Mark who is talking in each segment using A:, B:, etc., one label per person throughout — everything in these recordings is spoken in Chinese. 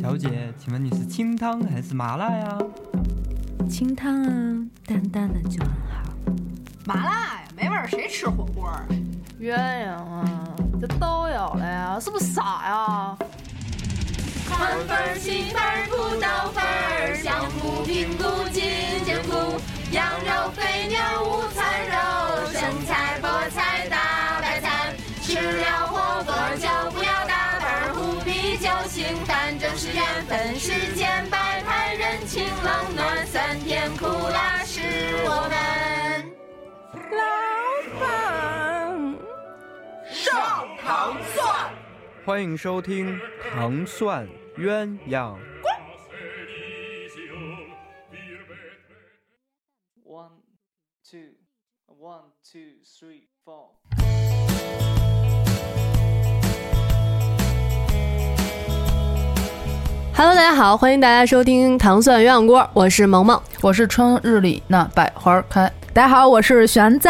A: 小姐，请问你是清汤还是麻辣呀？
B: 清汤啊，淡淡的就很好。
C: 麻辣呀，没味儿，谁吃火锅啊？
D: 鸳鸯啊，这都有了呀，是不是傻呀？
E: 三分儿、七分儿、土豆分儿、香菇、平菇、金针菇、羊肉、肥牛、午餐肉、生菜、菠菜、大白菜。吃了火锅就不要打盹儿，喝啤酒行，反正是缘分。世间百态，人情冷暖，酸甜苦辣是我们。
A: 欢迎收听《糖蒜鸳鸯》。
F: One, two, one, two, three, four.
G: 哈喽，大家好，欢迎大家收听《糖蒜鸳鸯锅》，我是萌萌。
D: 我是春日里那百花开，啊
B: 大家好，我是玄子。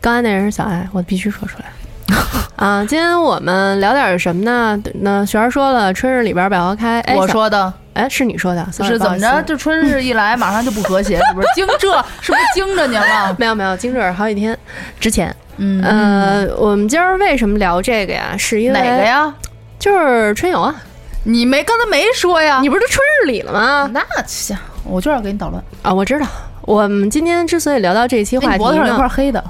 G: 刚才那人是小爱，我必须说出来。 啊，今天我们聊点什么呢？那璇儿说了，春日里边百花开。哎，
D: 我
G: 小，
D: 说的
G: 哎，是你说的，sorry，
D: 是
G: 不
D: 怎
G: 好
D: 么
G: 意思
D: 着？这春日一来，马上就不和谐，是不是？惊这是不是惊着您了？
G: 没有没有，经这儿好几天之前。
D: 嗯，
G: 呃，我们今儿为什么聊这个呀？是因为
D: 哪个？呀？
G: 就是春游啊，
D: 你没刚才没说呀？
G: 你不是都春日里了吗？
D: 那行，我就是要给你捣乱。
G: 啊，我知道。我们今天之所以聊到这一期
D: 哎嗯
G: 话
D: 你
G: 题
D: 脖子上有一
G: 呢
D: 块，黑的，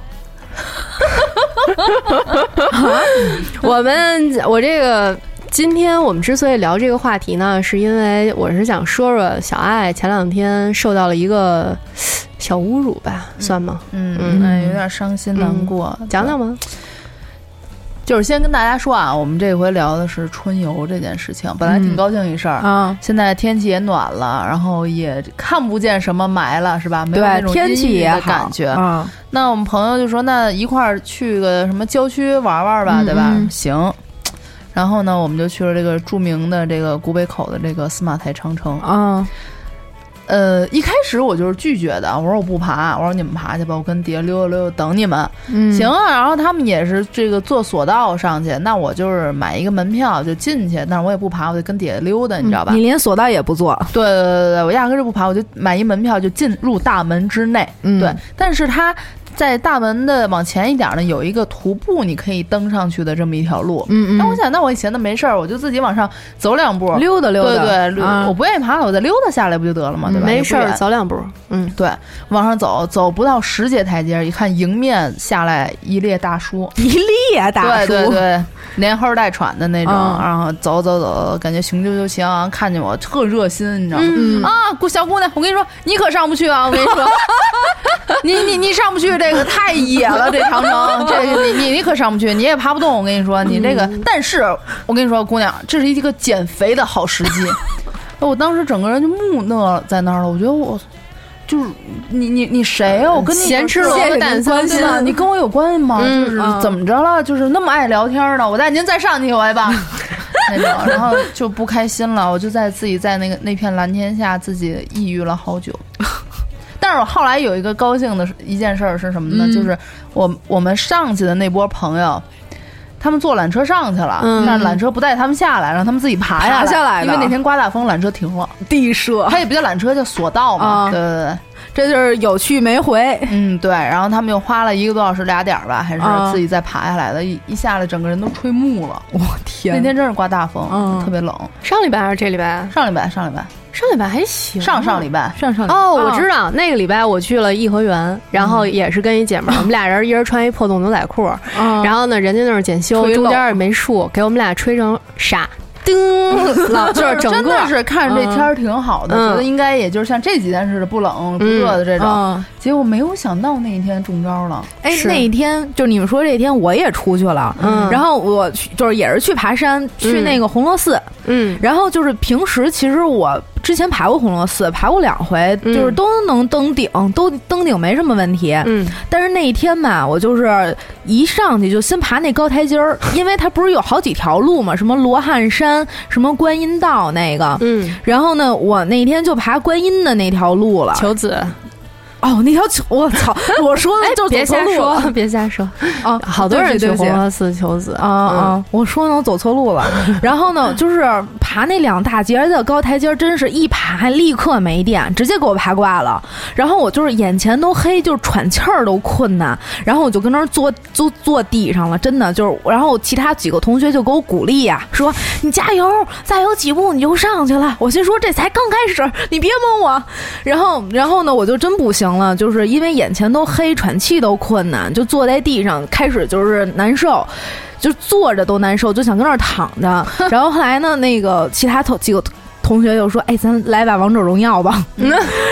G: 我们我这个今天我们之所以聊这个话题呢，是因为我是想说说小爱前两天受到了一个嘶小侮辱吧，算吗？
D: 嗯，哎，有点伤心难过。
G: 嗯讲讲吗？
D: 就是先跟大家说啊，我们这回聊的是春游这件事情，本来挺高兴一事儿。
B: 啊，
D: 现在天气也暖了，然后也看不见什么霾了，是吧？没有那
B: 对，
D: 种
B: 天气
D: 阴郁
B: 也
D: 的
B: 好
D: 感觉。
B: 啊，
D: 那我们朋友就说，那一块儿去个什么郊区玩玩吧，
B: 嗯
D: 对吧？
B: 嗯
D: 行。然后呢，我们就去了这个著名的这个古北口的这个司马台长城。
B: 啊，
D: 呃，一开始我就是拒绝的，我说我不爬，我说你们爬去吧，我跟底下溜达溜达等你们。
B: 嗯，
D: 行啊，然后他们也是这个坐索道上去，那我就是买一个门票就进去，但是我也不爬，我就跟底下溜达，你
B: 嗯，
D: 知道吧？
B: 你连索道也不做，
D: 对对对对，我压根儿就不爬，我就买一门票就进入大门之内。
B: 嗯
D: 对，但是它在大门的往前一点儿呢，有一个徒步你可以登上去的这么一条路。
B: 嗯
D: 那我想，那我闲的没事儿，我就自己往上走两步，
B: 溜达溜达，
D: 对
B: 嗯
D: 对，溜
B: 啊
D: 我不愿意爬了，我再溜达下来不就得了嘛，对吧？也
G: 嗯没
D: 不
G: 事儿，
D: 远
G: 走两步。嗯，
D: 对，往上走，走不到十节台阶儿，一看迎面下来一列大叔，
B: 一粒啊，大叔，
D: 对对对，连齁带喘的那种，
B: 嗯
D: 然后走走走，感觉雄赳赳气昂昂，看见我特热心，你知道吗？
B: 嗯
D: 啊，姑小姑娘，我跟你说，你可上不去啊！我跟你说， 你你你上不去，这个太野了，这长城，这个你你你可上不去，你也爬不动。我跟你说，你这个，但是我跟你说，姑娘，这是一个减肥的好时机。我当时整个人就木讷在那儿了，我觉得我。就是你你你谁啊呀、我跟你
G: 咸吃萝
B: 谢谢
G: 卜
B: 你
G: 淡
B: 关
G: 操
B: 心
G: 心
D: 对。啊，你跟我有关系吗？
G: 嗯
D: 就是
B: 嗯
D: 怎么着了？就是那么爱聊天呢？我带您再上去一回吧。那种，然后就不开心了，我就在自己在那个那片蓝天下自己抑郁了好久。 但是我后来有一个高兴的一件事儿是什么呢？
B: 嗯
D: 就是我我们上去的那波朋友，他们坐缆车上去了，
G: 嗯
D: 但是缆车不带他们下来，让他们自己爬下来。
B: 爬下来的
D: 因为那天刮大风，缆车停了，
B: 地设，
D: 它也不叫缆车，叫索道嘛。
B: 啊
D: 对对对。
B: 这就是有去没回，
D: 嗯，对，然后他们又花了一个多小时俩点儿吧，还
B: 啊
D: 是自己再爬下来的，一一下来整个人都吹木了。
B: 我天
D: 那天真是刮大风，
B: 嗯
D: 特别冷。
G: 上礼拜还是这礼拜？
D: 上礼拜，啊上礼拜，
G: 上礼拜还行。
D: 上上礼拜，
B: 上啊上
G: 哦，我 知道，那个礼拜我去了颐和园，然
B: 嗯
G: 后也是跟一姐们儿，我们俩人一人穿一破洞牛仔裤，
B: 然
G: 然后呢，人家那儿检修，
B: 吹
G: 中
B: 漏
G: 间也没树，给我们俩吹成傻丁， 老就是整
D: 真
G: 个
D: 的是看着这天儿挺好的，
G: 嗯
D: 觉得应该也就是像这几天似的，不冷不热的这种。
B: 嗯，
D: 结果没有想到那一天中招了，
B: 哎，
G: 是
B: 那一天就你们说这一天我也出去了，
G: 嗯
B: 然后我去就是也是去爬山，去那个红螺寺，
G: 嗯
B: 然后就是平时其实我之前爬过红螺寺，爬过两回，
G: 嗯
B: 就是都能登顶，都登顶没什么问题。
G: 嗯
B: 但是那一天吧，我就是一上去就先爬那高台阶儿，因为它不是有好几条路嘛，什么罗汉山，什么观音道那个。
G: 嗯，
B: 啊然后呢，我那天就爬观音的那条路了，
G: 求子哎
B: 哦，那条球，我操！我说的就是
G: 别
B: 走
G: 瞎
B: 错路了
G: 说，别瞎 说，
B: 啊！
G: 好多人去
B: 对不起
G: 红
B: 对不起
G: 螺寺求子嗯
B: 啊！啊！我说呢，我走错路了。然后呢，就是爬那两大节儿的高台阶儿，真是一爬立刻没电，直接给我爬挂了。然后我就是眼前都黑，就是喘气儿都困难。然后我就跟那儿坐坐坐地上了，真的就是。然后其他几个同学就给我鼓励呀、说你加油，再有几步你就上去了。我心说这才刚开始，你别蒙我。然后，然后呢，我就真不行了，就是因为眼前都黑，喘气都困难，就坐在地上，开始就是难受。就坐着都难受，就想跟那儿躺 着。然后后来呢，那个其他同几个同学就说：“哎，咱来把王者荣耀吧。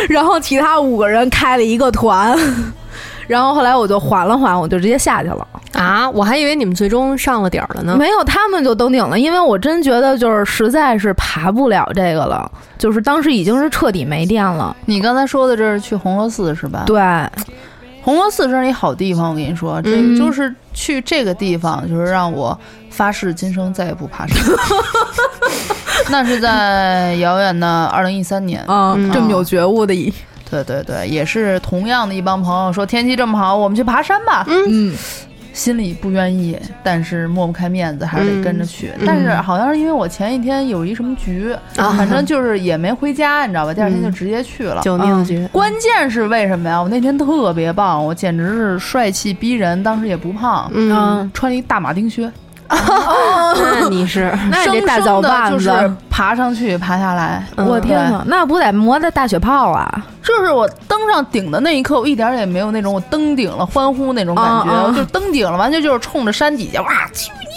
B: 然后其他五个人开了一个团， 然后后来我就缓了缓，我就直接下去了。
G: 啊！我还以为你们最终上了点儿了呢。
B: 没有，他们就登顶了，因为我真觉得就是实在是爬不了这个了，就是当时已经是彻底没电了。
D: 你刚才说的这是去红螺寺是吧？，
B: 对，
D: 红螺寺是一好地方，我跟你说，这
G: 嗯
D: 就是去这个地方，就是让我发誓今生再也不爬山。 那是在遥远的二零一三年，
B: 啊
G: 嗯
B: 这么有觉悟的一，
D: 对对对，也是同样的一帮朋友说天气这么好，我们去爬山吧。
B: 嗯，
D: 心里不愿意，但是抹不开面子，还是得跟着去。
G: 嗯
D: 但是好像是因为我前一天有一什么局，
G: 啊
D: 反正就是也没回家，你知道吧？第二天就直接去了。
B: 嗯
G: 救命局，
D: 关键是为什么呀？我那天特别棒，我简直是帅气逼人，当时也不胖，
G: 嗯，
D: 穿了一大马丁靴，
G: 那你是
B: 那
D: 生
B: 你
D: 生
B: 得大脚
D: 的
B: 腕
D: 就
B: 子，
D: 是爬上去爬下来。
G: 嗯
B: 我天
D: 对
B: 哪，那不得磨的大血泡啊！
D: 就是我登上顶的那一刻，我一点儿也没有那种我登顶了欢呼那种感觉，
B: 嗯嗯
D: 我就登顶了，完全就是冲着山底下哇去你妈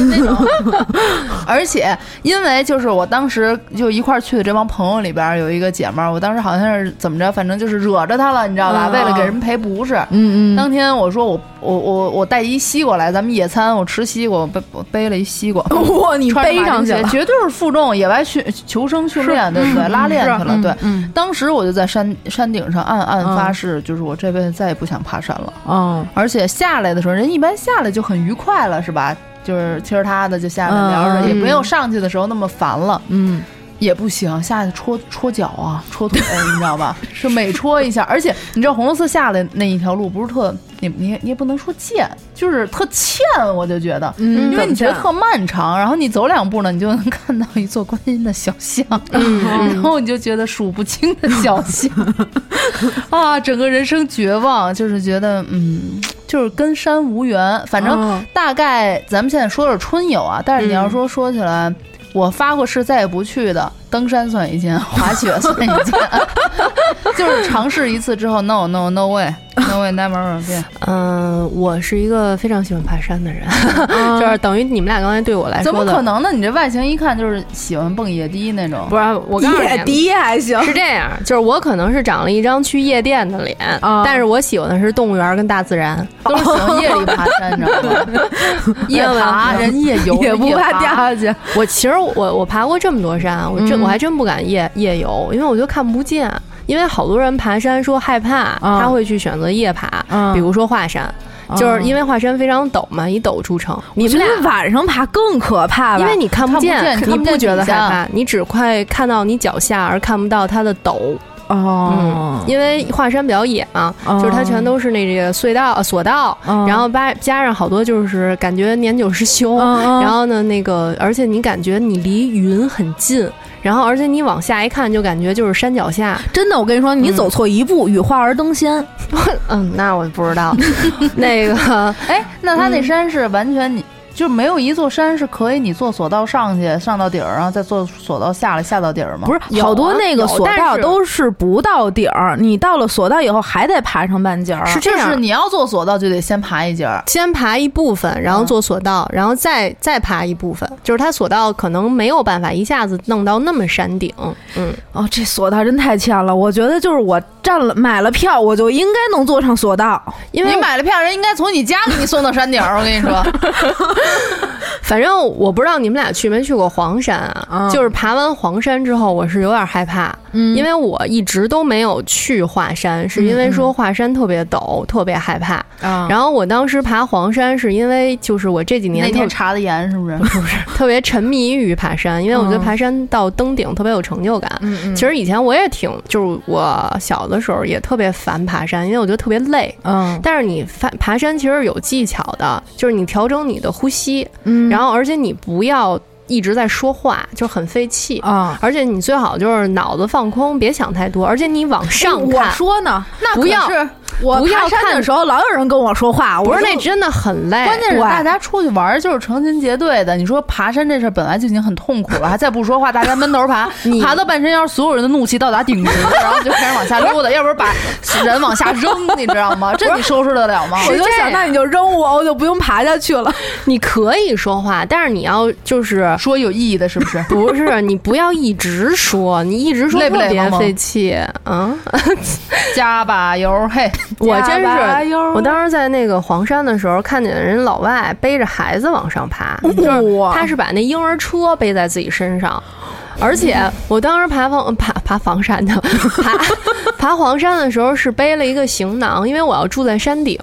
D: 的那种。 而且因为就是我当时就一块儿去的这帮朋友里边儿有一个姐们儿，我当时好像是怎么着，反正就是惹着她了，你知道吧？
B: 嗯嗯
D: 为了给人赔不是。
B: 嗯
D: 当天我说我我我我带一西瓜来，咱们野餐，我吃西瓜，我背我背了一西瓜，
B: 哇， 你
D: 穿着
B: 背
D: 马
B: 上
D: 丁
B: 去
D: 鞋
B: 了，啊
D: 绝对是负重野外训求生训练，对不 对？拉练去了，对。
B: 嗯，
D: 当时我就在山山顶上暗暗
B: 嗯
D: 发誓，就是我这辈子再也不想爬山了。
B: 嗯，
D: 而且下来的时候，人一般下来就很愉快了，是吧？就是其实他的就下来
B: 嗯
D: 聊着，
B: 嗯
D: 也没有上去的时候那么烦了。
B: 嗯，
D: 也不行，下去戳戳脚啊，戳腿，你知道 吧？是每戳一下，而且你知道红螺寺下来那一条路不是特，你你也你也不能说贱，就是特欠，我就觉得。
B: 嗯
D: 因为你觉得
B: 怎
D: 特
B: 么
D: 漫长，然后你走两步呢，你就能看到一座观音的小像，
G: 嗯
D: 然后你就觉得数不清的小 像，啊，整个人生绝望，就是觉得嗯，就是跟山无缘。反正
B: 嗯
D: 大概咱们现在说的是春游啊，但是你要说说起来。我发过誓再也不去的，登山算一件，滑雪算一件， 就是尝试一次之后，no no no way，no way never again。
G: 嗯，我是一个非常喜欢爬山的人，
B: 嗯
G: 就是等于你们俩刚才对我来
D: 怎
G: 说
D: 么
G: 的，
D: 可能呢？你这外形一看就是喜欢蹦野迪那种。
G: 不是
B: 啊
G: 我告诉
B: 野
G: 你。
B: 迪还 行，
G: 是这样，就是我可能是长了一张去夜店的脸，
B: 啊
G: 但是我喜欢的是动物园跟大自然。
D: 都是喜欢夜里爬山，你知道 吗？夜爬人夜游，
B: 也不怕
D: 人夜
B: 掉下去。
G: 我其实我我爬过这么多山，我真、
B: 嗯
G: 我还真不敢夜夜游，因为我觉得看不见。因为好多人爬山说害怕，
B: 嗯
G: 他会去选择夜爬，
D: 哦
B: 嗯
G: 比如说华山，就是因
B: 为
G: 为华山非常陡嘛，以陡著称。你
B: 我
G: 们
B: 觉
G: 俩
B: 得晚上爬更可怕吧，
G: 因为你看不见，
D: 看不见
G: 你不觉得害
D: 看
G: 怕，你只快看到你脚下，而看不到它的陡。
D: 嗯
B: 哦，
G: 因为华山比较野嘛，
B: 哦
G: 就是它全都是那个隧道、呃索道，
B: 哦
G: 然后加加上好多就是感觉年久失修，
B: 嗯
G: 然后呢那个，而且你感觉你离云很近，然后而且你往下一看就感觉就是山脚下。
B: 真的，我跟你说，你走错一步，羽化而登仙。
G: 嗯，那我不知道， 那个
D: 爬。哎，那他
G: 嗯
D: 那山是完全你。就没有一座山是可以你坐索道上去，上到顶儿，然后再坐索道下来，下到底儿吗？
B: 不是
G: 有啊
B: 好多那个
G: 有
B: 索
G: 但
B: 道
G: 是
B: 都是不到顶儿，你到了索道以后还得爬上半截儿。啊
G: 是这
D: 就是
G: 样。
D: 你要坐索道就得先爬一截儿。
G: 先爬一部分，然后做索道，然后再再爬一部分，就是它索道可能没有办法一下子弄到那么山顶，嗯，
B: 哦，这索道真太欠了。我觉得就是我占了买了票，我就应该能坐上索道。
G: 因为
D: 你买了票，人应该从你家给你送到山顶儿。我跟你 说，
G: 反正我不知道你们俩去没去过黄山啊，
B: 嗯
G: 就是爬完黄山之后，我是有点害怕，
B: 嗯
G: 因为我一直都没有去华山，是因为说华山特别陡，特别害怕。
B: 啊，
G: 然后我当时爬黄山是因为就是我这几
D: 那
G: 年特
D: 天查的严是不是？
G: 特别沉迷于爬山，因为我觉得爬山到登顶特别有成就感。
B: 嗯嗯嗯，
G: 其实以前我也挺，就是我小的的时候也特别烦爬山，因为我觉得特别累。
B: 嗯
G: 但是你爬爬山其实是有技巧的，就是你调整你的呼吸，
B: 嗯
G: 然
B: 后
G: 后而且你不要一直在说话，就很费气。
B: 啊，
G: 而且你最好就是脑子放空，别想太多。而且你往上
B: 哎我
G: 看，
B: 说呢，那
G: 不
B: 可
G: 要
B: 是我
G: 不要
B: 爬山
G: 看
B: 的时候，老有人跟我说话，
G: 不
B: 我
G: 是
B: 说
G: 那真的很累。
D: 关键是
B: 对
D: 大家出去玩儿就是成群结队的，你说爬山这事儿本来就已经很痛苦了，还再不说话，大家闷头 爬，爬到半山腰，所有人的怒气到达顶值，然后就开始往下溜达，要不然把人往下扔，你知道 吗？这你收拾得了吗？
B: 我就想，那你就扔我，我就不用爬下去了。
G: 你可以说话，但是你要就是？
D: 说有意义的，是不 是
G: 不是你不要一直说，你一直说
D: 累不累
G: 特别
D: 萌萌
G: 费气啊！
D: 加把油， 嘿，
G: 我真
B: 加
G: 是
B: 油，
G: 我当时在那个黄山的时候，看见人老外背着孩子往上
D: 哦
G: 爬，
B: 哇
G: 他是把那婴儿车背在自己身上，而且我当时爬房爬爬房山的 爬爬黄山的时候是背了一个行囊，因为我要住在山顶，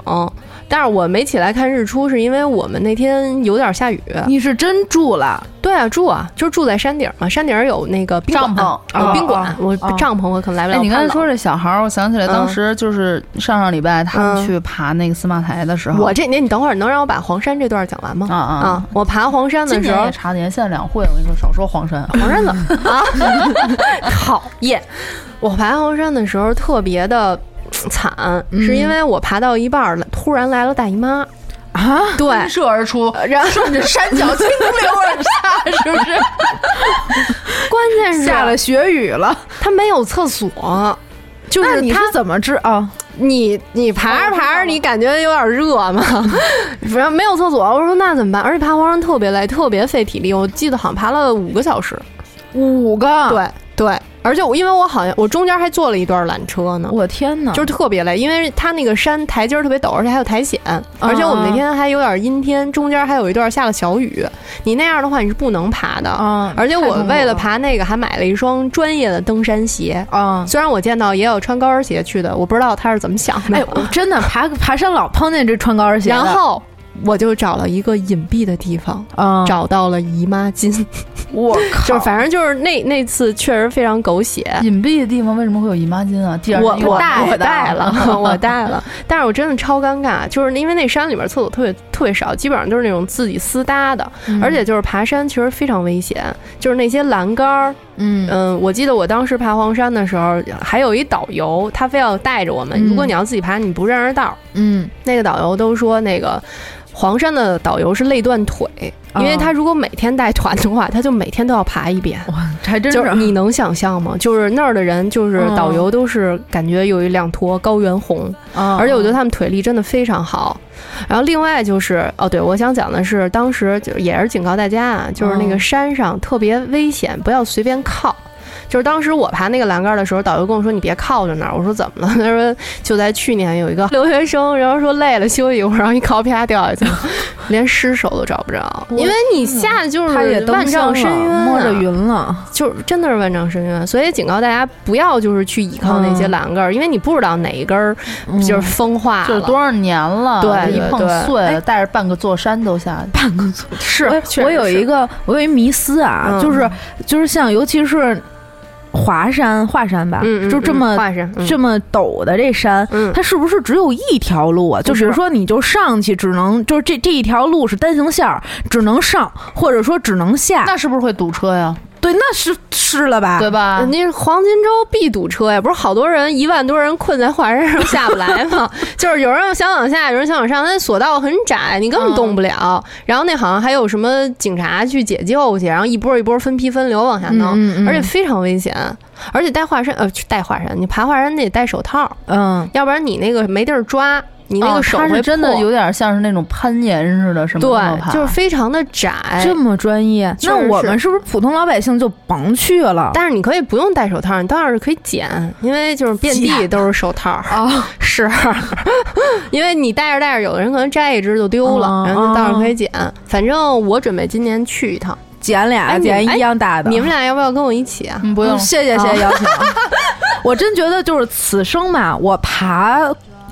G: 但是我没起来看日出，是因为我们那天有点下雨。
B: 你是真住了，
G: 对啊，住啊，就是住在山顶嘛，山顶有那个宾
D: 帐
G: 馆
B: 篷
G: 啊有
B: 哦
G: 宾馆
B: 哦，
G: 我
B: 哦
G: 帐篷我可能来不了。
D: 哎，你刚才
G: 我怕
D: 说
G: 冷
D: 这小孩儿，我想起来当时就是上上礼拜他
G: 嗯
D: 们去爬那个司马台的时候，
G: 我这年，你等会儿能让我把黄山这段讲完吗？
D: 啊啊
G: 啊！我爬黄山
D: 今
G: 的时
D: 年
G: 候
D: 也，查年，现在两会，我跟你说少说黄 山，
G: 黄山 怎么啊？讨厌！我爬黄山的时候特别的惨，
B: 嗯
G: 是因为我爬到一半儿了，突然来了大姨妈
B: 啊，
G: 对，
D: 喷射而出，
G: 然后
D: 顺着山脚清流而下，是不是？
G: 关键是
B: 下了雪雨了，
G: 它没有厕所，就
B: 那
G: 是
B: 你
G: 它
B: 是怎么治啊？
G: 你你爬着爬着，你感觉有点热 嘛，反正没有厕所。我说那怎么办？而且爬黄山特别累，特别费体力。我记得好像爬了五个小时。
B: 五个，，
G: 对对，而且我因为我好像我中间还坐了一段缆车呢。
B: 我天哪，
G: 就是特别累，因为它那个山台阶儿特别陡，而且还有苔藓，
B: 嗯
G: 而且我们那天还有点阴天，中间还有一段下了小雨。你那样的话，你是不能爬的。
B: 啊，
G: 而且我
B: 太痛苦
G: 为了
B: 了
G: 爬那个，还买了一双专业的登山鞋。
B: 啊。
G: 虽然我见到也有穿高跟鞋去的，我不知道他是怎么想的。
B: 哎，我真的爬爬山老碰见这穿高跟鞋的，
G: 然后我就找了一个隐蔽的地方，
B: 啊，
G: 找到了姨妈巾，
B: 我 靠，
G: 就是反正就是那那次确实非常狗血。
D: 隐蔽的地方为什么会有姨妈巾啊？地上
G: 我
D: 一个
G: 我
D: 大
G: 我
D: 口袋
G: 带 了，我带了，但是我真的超尴尬，就是因为那山里边厕所特别特别少，基本上都是那种自己私搭的，
B: 嗯
G: 而且就是爬山其实非常危险，就是那些栏杆儿，
B: 嗯
G: 嗯，我记得我当时爬黄山的时候，还有一导游，他非要带着我们，
B: 嗯
G: 如果你要自己爬，你不认识道儿，
B: 嗯
G: 那个导游都说那个。黄山的导游是累断腿，因为
B: 哦
G: 他如果每天带团的话，他就每天都要爬一遍。
B: 还真
G: 就是你能想象吗？就是那儿的人，就是
B: 嗯
G: 导游都是感觉有一两坨高原红，
B: 啊
G: 而且我觉得他们腿力真的非常好。然后另外就是，哦，对，我想讲的是，当时就也是警告大家啊，就是那个
B: 嗯
G: 山上特别危险，不要随便靠。就是当时我爬那个栏杆的时候，导游跟我说：“你别靠着那儿。”我说：“怎么了？” 他说：“就在去年有一个留学生，然后说累了休息一会儿，然后一靠啪掉下去了， 连尸首都找不着，因为你下去就是
B: 嗯他也登
G: 万丈
B: 山
G: 深渊、
B: 了
G: 啊，
B: 摸着云了，
G: 就是真的是万丈深渊，所以警告大家不要就是去倚靠那些栏杆儿，因为你不知道哪一根儿
B: 嗯
G: 就是风化了，
D: 就是多少年了，
G: 对
D: 一
G: 对
D: 碰
G: 对哎
D: 碎了，带着半个座山都 下去。
G: 是
B: 我
G: 确实
B: 哎我有一
G: 是
B: 个，我有一迷思啊，
G: 嗯
B: 就是就是像尤其是华山华山吧，
G: 嗯，嗯
B: 就这
G: 嗯
B: 么、
G: 化身，嗯
B: 这么陡的这山。
G: 嗯
B: 它是不是只有一条路啊？就比如说，你就上去只能就是这这一条路是单行线儿，只能上或者说只能下。
D: 那是不是会堵车呀？
B: 对，那是是了
G: 啊
B: 吧？
D: 对吧？
G: 人家嗯黄金周必堵车呀，不是好多人一万多人困在华山上下不来吗？ 就是有人想往下，有人想往上，那索道很窄，你根本动不了。
B: 嗯
G: 然后那好像还有什么警察去解救去，然后一波一波分批分流往下弄，
B: 嗯嗯嗯
G: 而且非常危险。而且带华山呃，去带华山，你爬华山得戴手套，
B: 嗯，
G: 要不然你那个没地儿抓，你那
D: 哦
G: 个手
D: 它
G: 会
D: 是真的
G: 破
D: 有点像是那种攀岩似的，什么都能爬
G: 对，就是非常的窄。
B: 这么专业，
G: 确实
B: 那我
G: 是
B: 们是不是普通老百姓就甭去了？
G: 但是你可以不用戴手套，你倒是可以剪，因为就是遍地都是手套啊。 是，因为你戴着戴着，有的人可能摘一只就丢了，
B: 哦
G: 然后倒是可以剪。反正我准备今年去一趟，
B: 捡
G: 哎
B: 俩，
G: 你
B: 捡
G: 哎
B: 一样大的。
G: 你们俩要不要跟我一起 啊？
D: 嗯，不用
B: 嗯。谢谢谢谢邀请。 我真觉得就是此生嘛，我爬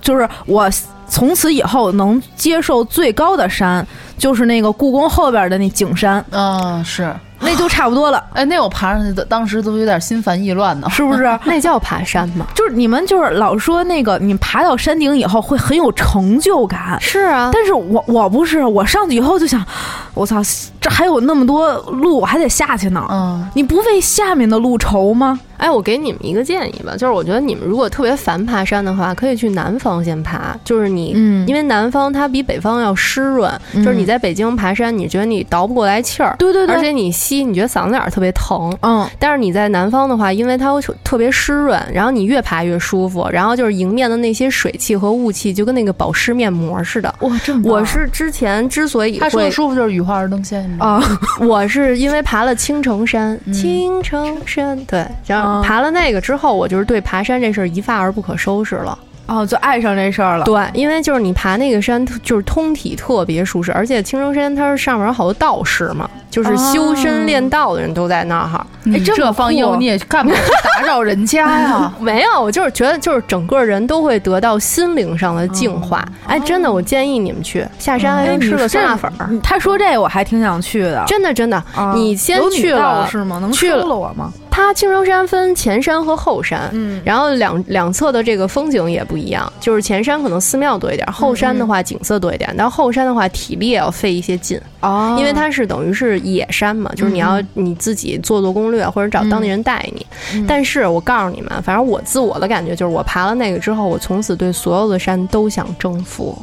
B: 就是我从此以后能接受最高的山，就是那个故宫后边的那景山。
D: 嗯，是
B: 那就差不多 了，
D: 哎，那我爬上去的，当时都有点心烦意乱呢。
B: 是不是？
G: 那叫爬山吗？
B: 就是你们就是老说那个，你爬到山顶以后会很有成就感。
G: 是啊，
B: 但是我我不是，我上去以后就想， 我操，这还有那么多路，我还得下去呢。
D: 嗯，
B: 你不为下面的路愁吗？
G: 哎，我给你们一个建议吧，就是我觉得你们如果特别烦爬山的话，可以去南方先爬，就是你，
B: 嗯
G: 因为南方它比北方要湿润，就是你在北京爬山，你觉得你倒不过来气儿，
B: 对对对
G: 而且你吸，你觉得嗓子眼儿特别疼。
B: 嗯，
G: 但是你在南方的话，因为它有特别湿润，然后你越爬越舒服，然后就是迎面的那些水汽和雾气就跟那个保湿面膜似的。啊
B: 哇，这么啊
G: 我是之前之所以
D: 他说
G: 会
D: 的舒服就是羽化而登仙，你知道吗
B: 啊，
G: 我是因为爬了青城山，青城山对，然后
B: 啊
G: 爬了那个之后，我就是对爬山这事儿一发而不可收拾了。
B: 哦，就爱上这事儿了。
G: 对，因为就是你爬那个山，就是通体特别舒适，而且青城山它是上面有好多道士嘛，就是
B: 啊
G: 修身练道的人都在那儿哈。。
D: 你
B: 嗯哎这么
D: 这放
B: 酷啊
D: 硬你也干不了打扰人家呀
G: 没有，我就是觉得就是整个人都会得到心灵上的净化。
B: 嗯哦
G: 哎，真的，我建议你们去下山，还能吃个酸辣粉儿。
B: 哎嗯他说这我还挺想去的。
G: 真的真的，
B: 啊
G: 你先
B: 有女
G: 去
B: 道
G: 了
B: 士吗？能
G: 去
B: 收
G: 了
B: 了我吗？
G: 它青城山分前山和后山，
B: 嗯
G: 然后两两侧的这个风景也不一样，就是前山可能寺庙多一点，后山的话景色多一点，但后山的话体力也要费一些劲，
B: 哦
G: 因为它是等于是野山嘛，就是你要你自己做做攻略或者找当地人带你。
B: 嗯
G: 但是我告诉你们，反正我自我的感觉就是，我爬了那个之后，我从此对所有的山都想征服。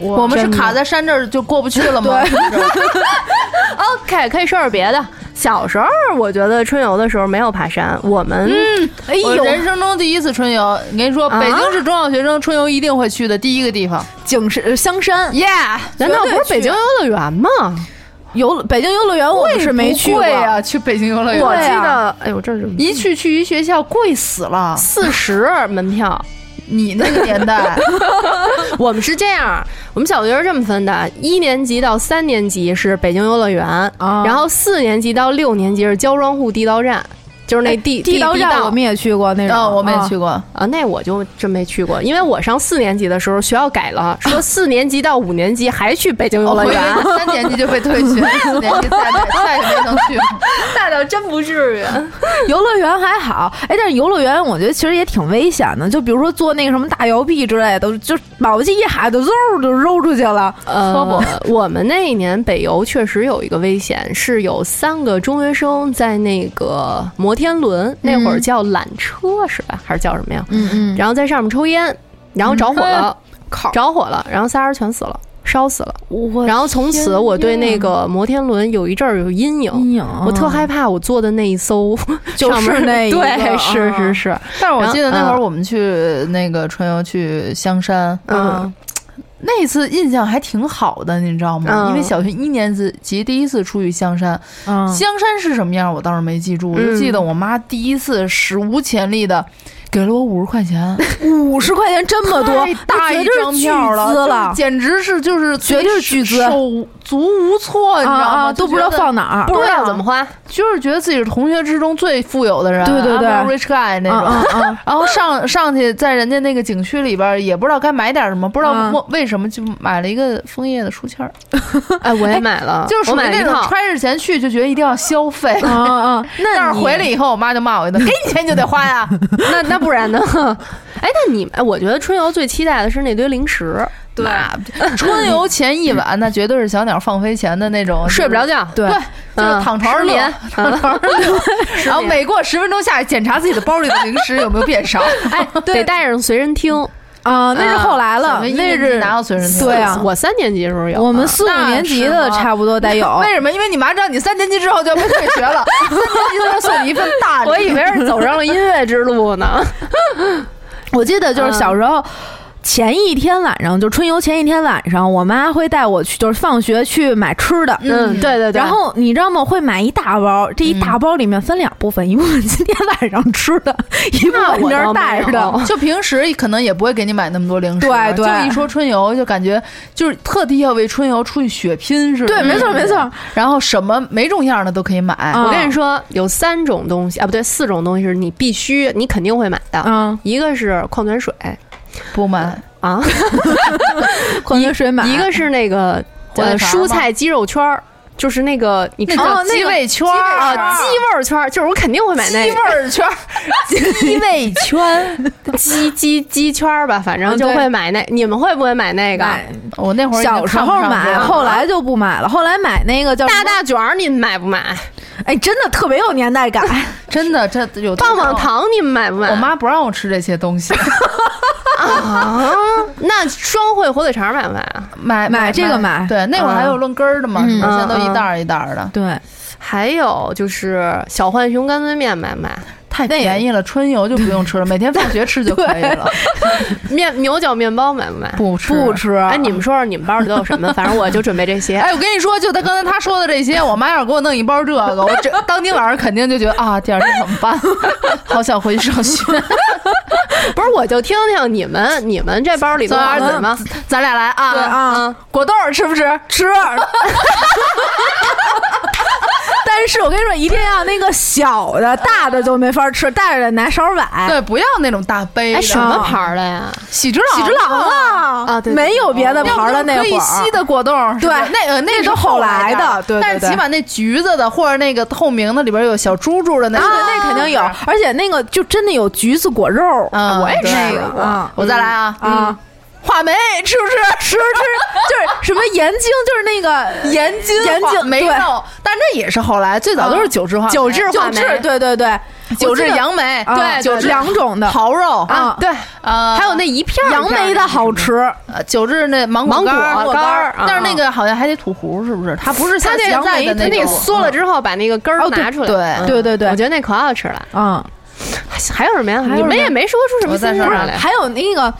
D: 我们是
G: 真的
D: 卡在山这儿就过不去了吗？
G: OK，可以说点别的。小时候我觉得春游的时候没有爬山，我们、
B: 哎
D: 我
B: 呦，
D: 人生中第一次春游，我跟你说，
G: 啊
D: 北京市中小学生春游一定会去的第一个地方。
B: 景是香山，
D: Yeah，
G: 难道不是北京游乐园吗？
B: 游北京游乐园我们啊是没去过
D: 贵呀，啊去北京游乐园，
G: 我
B: 对
G: 记
B: 啊
G: 得，哎呦，这是
D: 一去去一学校贵死了。
G: 四十门票。
D: 你那个年代，
G: 我们是这样，我们小学是这么分的：一年级到三年级是北京游乐园，
B: 啊
G: 然后四年级到六年级是焦庄户地道战，就是那地、
B: 哎地道
G: 道
B: 战我们也去过那种，
D: 嗯，我们也去
B: 过。
D: 过。
G: 啊，那我就真没去过，因为我上四年级的时候学校改了， 说四年级到五年级还去北京游乐
B: 哦
G: 园，
D: 我以为三年级就被退学，四年级再再再也没能去。
G: 那倒真不至于。
B: 游乐园还好，哎，但是游乐园我觉得其实也挺危险的，就比如说坐那个什么大摇臂之类的，就脑筋一喊就嗖就揉出去了。
G: 呃，我们那一年北邮确实有一个危险，是有三个中学生在那个摩天轮，那会儿叫缆车是吧？还是叫什么呀？
B: 嗯嗯，
G: 然后在上面抽烟，然后着火了，
B: 靠！
G: 着火了，然后仨人全死了，烧死了。
B: 我
G: 然后从此我对那个摩天轮有一阵儿有阴影。
B: 阴影啊，
G: 我特害怕，我坐的那一 艘
B: 就是
G: 上面
B: 那一个
G: 对，是
B: 啊
G: 是是，
D: 但是我记得那会
G: 然
D: 儿
G: 后
D: 我们去那个春游去香山，
G: 嗯，
D: 那一次印象还挺好的，你知道吗？
G: 嗯
D: 因为小学一年级第一次出去香山，
B: 嗯，
D: 香山是什么样我倒是没记住，我就
G: 嗯
D: 记得我妈第一次史无前例的给了我五十块 钱，
B: 五十块钱这么多
D: 太，啊大
B: 那
D: 一
B: 绝对
D: 张
B: 是巨
D: 票了，
B: 资
D: 就
B: 了
D: 是，简直是就是
B: 绝对是巨资
D: 手足无措，你知
B: 啊
D: 道
B: 啊，
D: 吗？
B: 都不知道
D: 就觉得
B: 放哪儿。
G: 不知
D: 对
G: 道
D: 啊
G: 怎么花，
D: 就是觉得自己是同学之中最富有的人，
B: 对对对
D: I'm a rich guy 那种。
B: 啊啊啊！
D: 然后上 上去，在人家那个景区里边儿，也不知道该买点什么，不知
B: 嗯
D: 道为为什么就买了一个枫叶的书签儿，
G: 哎，我也买了，
D: 就是
G: 我
D: 属于
G: 买了
D: 那
G: 一
D: 种
G: 套，
D: 揣着钱去就觉得一定要消费，
B: 啊啊！那
D: 但是
B: 你
D: 回来以后，我妈就骂我一 顿，给你钱你就得花呀。
G: 那那不然呢？ 哎，那你们，哎我觉得春游最期待的是那堆零食，
D: 对，春游前一晚那绝对是小鸟放飞前的那种，
G: 睡不着
D: 觉，
G: 觉，
B: 对
D: 对，就是
G: 嗯
D: 躺床上
G: 失
D: 乐
G: 眠， 嗯
D: 躺床上乐， 然后每过十分钟下去检查自己的包里的零食有没有变 少。
G: 哎，得带上随身听。
B: 啊，那是后来
D: 啊
B: 了
D: 小学，一
B: 那
D: 年级
B: 是
D: 哪有随身听
B: 对啊，
G: 我三年级的时候有，嗯
B: 我们四五
D: 那
B: 年级
D: 是
B: 的
D: 吗
B: 差不多得 有。
D: 为什么？因为你妈知道你三年级之后就要被退学了，三年级的时候送你一份大礼。
G: 我以为是走上了音乐之 路呢。
D: 啊
B: 我记得就是小时候。前一天晚上，就春游前一天晚上，我妈会带我去，就是放学去买吃的。
G: 嗯，对对对。
B: 然后你知道吗？会买一大包，这一大包里面分两部分，一部分今天晚上吃的，一部
G: 那
B: 分
G: 我
B: 明儿
G: 倒没
B: 带着的
G: 有。
D: 就平时可能也不会给你买那么多零食，啊
B: 对对
D: 就一说春游，就感觉就是特地要为春游出去血拼似的。嗯
B: 对，没错没错。
D: 然后什么每种样的都可以买，
B: 啊
G: 我跟你说，有三种东西啊，不对，四种东西是你必须、你肯定会买
D: 啊
G: 的。
B: 嗯，
G: 一个是矿泉水
D: 不买
G: 啊，
B: 矿泉水买
G: 一个是那个
D: 火腿
G: 呃
D: 肠
G: 蔬
D: 吗
G: 菜鸡肉圈儿，就是那个你知道
D: 哦，鸡尾圈儿
G: 啊，鸡味儿圈儿，就是我肯定会买那
D: 鸡味
G: 个
D: 儿圈儿，
B: 鸡尾圈，
G: 鸡鸡鸡圈儿吧，反正
D: 嗯
G: 就
D: 对
G: 会买那。你们会不会买那个
B: 买
D: 我那会儿已经
B: 小时
D: 看不
B: 候
D: 上这
B: 买，
D: 个了
B: 后来就不买了。后来买那个叫什
G: 大
B: 么
G: 大卷儿？你们买不买？
B: 哎，真的特别有年代感。
D: 真的这有
G: 棒棒。糖你们买不买？
D: 我妈不让我吃这些东 西，
G: 啊，那双汇火腿肠买不买啊？
D: 买
B: 买这个买
D: 对，那会儿还有论根儿的嘛，
B: 嗯
D: 是吧
G: 嗯
D: 现在都一袋儿一袋儿的，
B: 对，
G: 还有就是小浣熊干脆面买不买？
D: 太
B: 那也
D: 便宜了。春游就不用 吃了，每天放学吃就可以了。
G: 面牛角面包买不买？
D: 不吃
B: 不。吃。
G: 哎，你们说说你们包里都有什 么？反正我就准备这些。
D: 哎，我跟你说，就他刚才他说的这些，我妈要是给我弄一包这个，我这当天晚上肯定就觉得啊，第二天怎么办？ 好想回去上学。
G: 不是，我就听听你们，你们这包里都有什么？
D: 咱俩来啊
B: 对啊，
D: 果冻儿吃不吃？
B: 吃。但是我跟你说，一定要那个小的，呃大的就没法吃，大的得拿勺崴。
D: 对，不要那种大杯的。
G: 哎，什
B: 嗯
G: 么牌儿的呀？
D: 喜之郎，
B: 喜之郎啊，
G: 啊对对
B: 没有别的
D: 要不
B: 牌儿了
D: 就
B: 那
D: 可以
B: 会
D: 吸
B: 儿。
D: 的果冻儿，是吧
B: 对
D: 那呃那
B: 那
D: 是
B: 是后来的
D: 的，
B: 对对
D: 但是
B: 对
D: 起码那橘子的或者那个透明的里边有小珠珠的那
B: 对
D: 个，
B: 对，啊那肯定有，而且那个就真的有橘子果肉，
D: 嗯
B: 我也吃
D: 对
B: 过啊
D: 我再来啊
B: 啊，
D: 话梅哎吃不吃？啊
B: 吃吃 就是什么盐津，就是那个
D: 盐津
B: 盐津
D: 梅
B: 对嗯
D: 肉，但那也是后来，最早都是九制化梅，
G: 九制
B: 九
G: 话梅
B: 制，对对对，
D: 九制
B: 我记得
D: 杨梅，
B: 啊
D: 九制
B: 两种的
D: 桃肉
B: 啊
G: 对，
D: 呃，
G: 还有那一片儿
B: 杨梅的好吃，
D: 呃九制那芒果
G: 芒果
D: 干
G: 干儿
D: 儿
G: 啊，
D: 但是那个好像还得吐核，是不是？它不是
G: 它
D: 像
G: 那
D: 现在
G: 它
D: 的
G: 那
D: 种
G: 个嗯缩了之后，把那个根儿
B: 哦对
G: 拿出来。
D: 对
G: 嗯
B: 对对对
G: 我觉得那可好吃了。
B: 嗯，
G: 还有什么呀？
B: 有
G: 你
B: 什么
G: 们也没说出什么
D: 我再
G: 新
D: 说
G: 的
D: 说
G: 来
D: 对
G: 呀。
B: 还有那个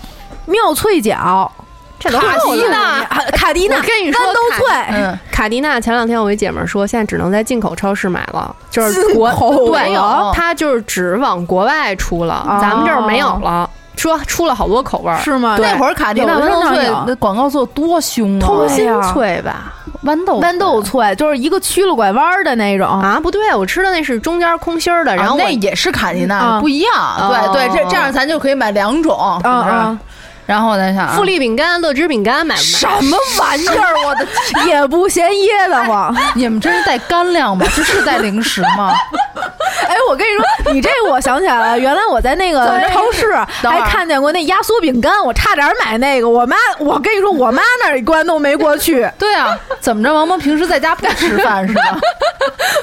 B: 妙脆角，
G: 这都
B: 卡
G: 够
B: 迪
G: 了
B: 娜，卡迪娜，
G: 我跟你说
B: 豌豆脆，
D: 嗯，
G: 卡迪娜前两天我一姐们儿说，现在只能在进口超市买了，
D: 嗯
G: 就是国
B: 口
G: 对
D: 哦，
G: 它就是只往国外出了，咱们这儿没有了。说出了好多口味儿，
B: 哦是吗？
D: 那会儿卡迪娜
B: 有
D: 豌
B: 的
D: 豆
B: 上
D: 脆
B: 有
D: 那广告做多凶啊！哎
G: 通
B: 对
G: 心
B: 呀
G: 脆吧？
D: 豌豆
B: 豌豆脆就是一个曲了拐弯儿的那种，
G: 啊，不对，我吃的那是中间空心儿的，然后
D: 啊
G: 我
D: 那也是卡迪娜
B: 嗯
D: 的，不一样。
G: 哦
D: 对对，这这样咱就可以买两种，是
B: 啊
D: 不是
B: 啊？，
D: 然后我再想啊，
G: 富丽饼干、乐之饼干买不
B: 什
G: 买？
B: 么玩意儿，我的啊也不嫌噎得 慌。
D: 你们这是带干粮吗？这是带零食 吗？
B: 哎，我跟你说，你这我想起来了，原来我在 那个超市
D: 等会
B: 还
D: 儿。
B: 看见过那压缩饼干，我差点买那个。我妈，我跟你说，我妈那儿一关都没过去
D: 对啊，怎么着？王蒙平时在家不吃饭是 吧？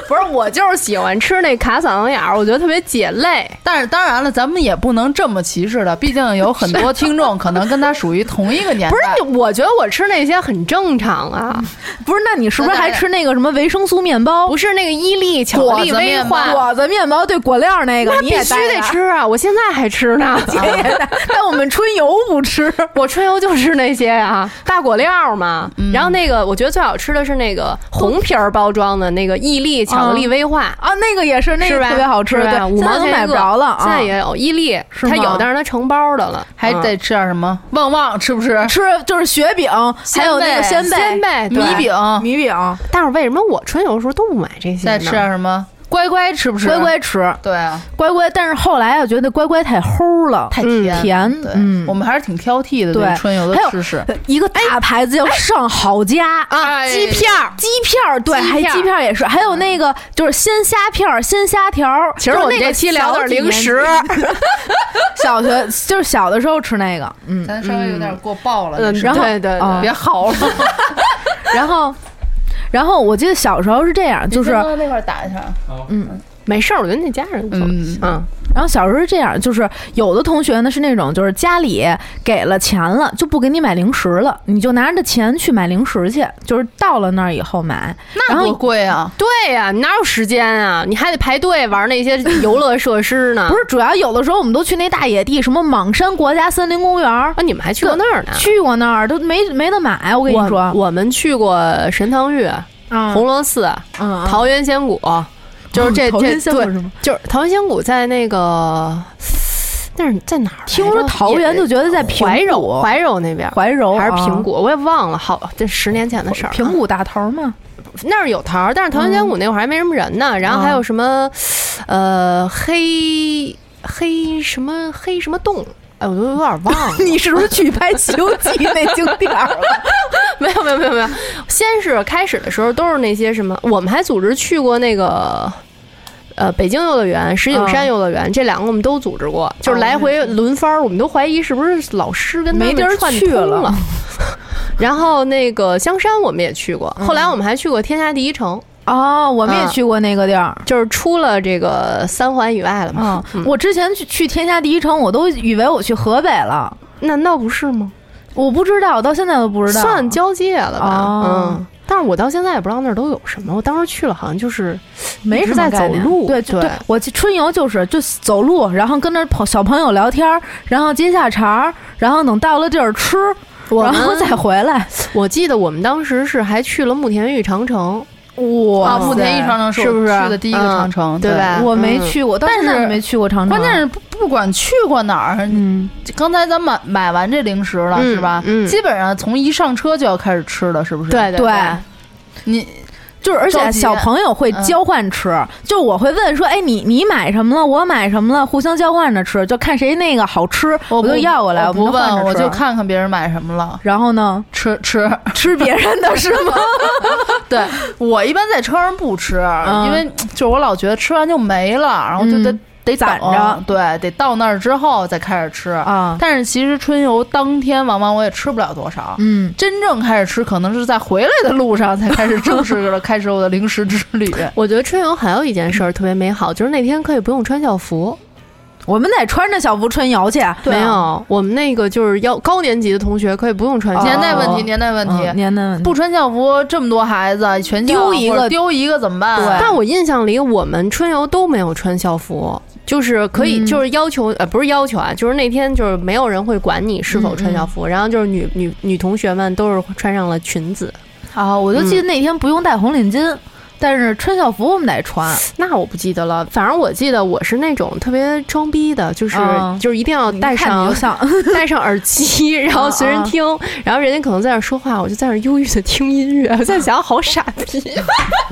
G: 不是，我就是喜欢吃那卡嗓子眼儿，我觉得特别解累。
D: 但是当然了，咱们也不能这么歧视的，毕竟有很多听众可能跟他属于同一个年代。
G: 不是，我觉得我吃那些很正常啊，
B: 不是，那你是不是还吃那个什么维生素面包
G: 不、是那个伊利巧克力
D: 果子
G: 威
D: 面
G: 化
D: 包，
B: 果子面包对果料那个？
G: 那
B: 你
G: 必
B: 也
G: 须
B: 带
G: 得
B: 呀。
G: 吃啊！我现在还吃呢，
B: 也带 但我们春游不 吃，
G: 我春游就吃那些 啊，大果料嘛。然后那个，我觉得最好吃的是那个红皮儿包装的那个伊利巧克力威化。
B: 啊，那个也是，那
G: 是
B: 个
G: 吧？
B: 特别好吃，
G: 是
B: 对，
G: 吧？五毛钱
B: 现在都
G: 一
B: 买不
G: 个
B: 着了，
G: 现在
B: 啊
G: 也有伊利，
B: 是
G: 它
B: 吗
G: 有，但哦是它成包的了，
D: 还
G: 嗯
D: 得吃点什么？旺旺吃不吃？
B: 吃就是雪饼，还有那个
D: 鲜贝
G: 贝
B: 鲜贝、
D: 米
G: 哎对
D: 饼，
B: 米饼，
G: 但是为什么我春游的时候都不买这些呢？
D: 再吃点什么？乖乖吃不吃？
B: 乖。乖吃，
D: 对啊，
B: 乖乖。但是后来啊我觉得乖乖太齁了，
D: 太
G: 嗯
D: 甜。
B: 甜，
D: 对，
B: 嗯
D: 我。们还是挺挑剔的，
B: 对
D: 春游的
B: 还有
D: 吃食。哎
B: 一个大牌子叫上好佳
G: 啊，鸡片儿。
B: 鸡片儿对，
G: 鸡
B: 还
G: 片儿
B: 鸡片儿也是，还有那个就是鲜虾片儿、鲜虾条儿。
G: 其实我们
B: 就是那
G: 这
B: 个
G: 期聊的
B: 小
G: 是
B: 几
G: 零
B: 年级
G: 食，，
B: 小学就是小的时候吃那个， 嗯，
D: 咱稍微有点过爆了，
G: 嗯，
D: 这是
G: 然后
B: 对
G: 对对，
B: 对
D: 别嚎了，
B: 然后，然后我记得小时候是这样，就是
D: 你先帮那块儿打一下。
G: 没事儿，我觉得那家人不错
D: 嗯
G: 嗯，
B: 然后小时候是这样，就是有的同学呢是那种，就是家里给了钱了就不给你买零食了，你就拿着钱去买零食去，就是到了那儿以后买。然
D: 那
B: 后
D: 多贵啊！
G: 对呀，你哪有时间啊？你还得排队玩那些游乐设施呢。
B: 不是，主要有的时候我们都去那大野地，什么莽山国家森林公园儿，
G: 啊，你们还去过那儿呢？
B: 去过那儿都没没得买。我跟你说，
G: 我们去过神堂峪、
B: 嗯
G: 红螺寺、
B: 嗯，
G: 桃源仙谷，就是这
B: 哦 桃
G: 这
B: 源仙谷
G: 对
B: 是吗，
G: 就是桃源仙谷在那个，那是在哪儿来着？
B: 听说桃园就觉得在平
G: 怀柔，
B: 谷
G: 怀柔那边。
B: 怀柔
G: 还是
B: 啊
G: 平谷，我也忘了，好，这十年前的事儿了。
B: 平嗯谷大桃 嘛，
G: 那儿有桃儿，但是桃源仙谷那会儿还没什么人呢。然后
B: 啊
G: 还有什么，呃，黑黑什么黑什么洞，哎，我都有点忘了。
B: 你是不是去拍《西游记》那景点儿了？
G: 没有没有没有没有，先是开始的时候都是那些什么，我们还组织去过那个。呃，北京游乐园、石
B: 啊
G: 景山游乐园、这两个我们都组织过，就是来回轮番儿，我们都怀疑是不是老师跟他
B: 哦没
G: 们
B: 地儿
G: 串
B: 去
G: 通
B: 了
G: 了。 然后那个香山我们也去过，
B: 嗯
G: 后来我们还去过天下第一城，
B: 哦，我
G: 嗯
B: 们也去过那个地儿。
G: 就是出了这个三环以外了嘛。
B: 嗯，我之前去去天下第一城，我都以为我去河北了，
G: 难道不是吗？
B: 我不知道，我到现在都不知道。
G: 算交界了吧？
B: 哦
G: 嗯，但是我到现在也不知道那儿都有什么。我当时去了，好像就是
B: 没什么
G: 在
B: 概
G: 走
B: 念
G: 路
B: 对
G: 对
B: 对，我去春游就是就走路，然后跟那朋小朋友聊天儿，然后接下茬儿，然后等到了地儿吃，
G: 我
B: 然后
G: 们
B: 再回来。
G: 我记得我们当时是还去了慕田峪长城，
B: 哇
D: 啊，慕田峪长城
G: 是
D: 我
G: 不是
D: 去的第一个
G: 嗯
D: 长城，
G: 对吧？
B: 我没
G: 嗯。
B: 去过，到
D: 但
B: 现在
D: 是
B: 没去过长城。
D: 关键是不不管去过哪儿，
B: 嗯，
D: 刚才咱买买完这零食了、
G: 嗯
D: 是吧？
G: 嗯
D: 基本上从一上车就要开始吃了，是不是？
G: 对
B: 对
D: 你
B: 就是，而
D: 着
B: 且
D: 急
B: 小朋友会交换吃，就我会问说，哎，你你买什么了？我买什么了？互相交换着吃，就看谁那个好吃，
D: 我不
B: 就要过来，
D: 我
B: 我
D: 不
B: 们换着
D: 问，我
B: 吃
D: 就。看看别人买什么了，
B: 然后呢，
D: 吃 吃。
B: 吃别人的是吗？
D: 对我一般在车上不吃，因为就是我老觉得吃完就没了，然后就得、
B: 嗯
D: 得等
B: 攒着
D: 对，得到那儿之后再开始吃。
B: 啊，
D: 但是其实春游当天往往我也吃不了多少，
B: 嗯，
D: 真正开始吃可能是在回来的路上才开始正 式的开始我的零食之旅。
G: 我觉得春游还有一件事儿特别美好，就是那天可以不用穿校服。
B: 我们得穿着小服春游去。
G: 没有，我们那个就是要高年级的同学可以不用穿校服。
D: 年代问题，
B: 哦
D: 年代问题，
B: 嗯年代问题
D: 不穿校服这么多孩子，全校
B: 丢一个
D: 或者丢一个怎么办？
B: 对
G: 但我印象里，我们春游都没有穿校服，就是可以，
B: 嗯
G: 就是要求，呃，不是要求啊，就是那天就是没有人会管你是否穿校
B: 嗯
G: 服，然后就是女女女同学们都是穿上了裙子。
B: 啊，我就记得那天不用戴红领巾，但是穿校服我们得穿。
G: 那我不记得了，反正我记得我是那种特别装逼的，就是、
B: 嗯
G: 就是一定要戴
B: 你
G: 上
B: 看你就像
G: 戴上耳机，然后随
B: 嗯
G: 人
B: 嗯
G: 听，
D: 啊
G: 然后人家可能在那儿说话，我就在那儿忧郁的听音 乐，我在想好傻逼，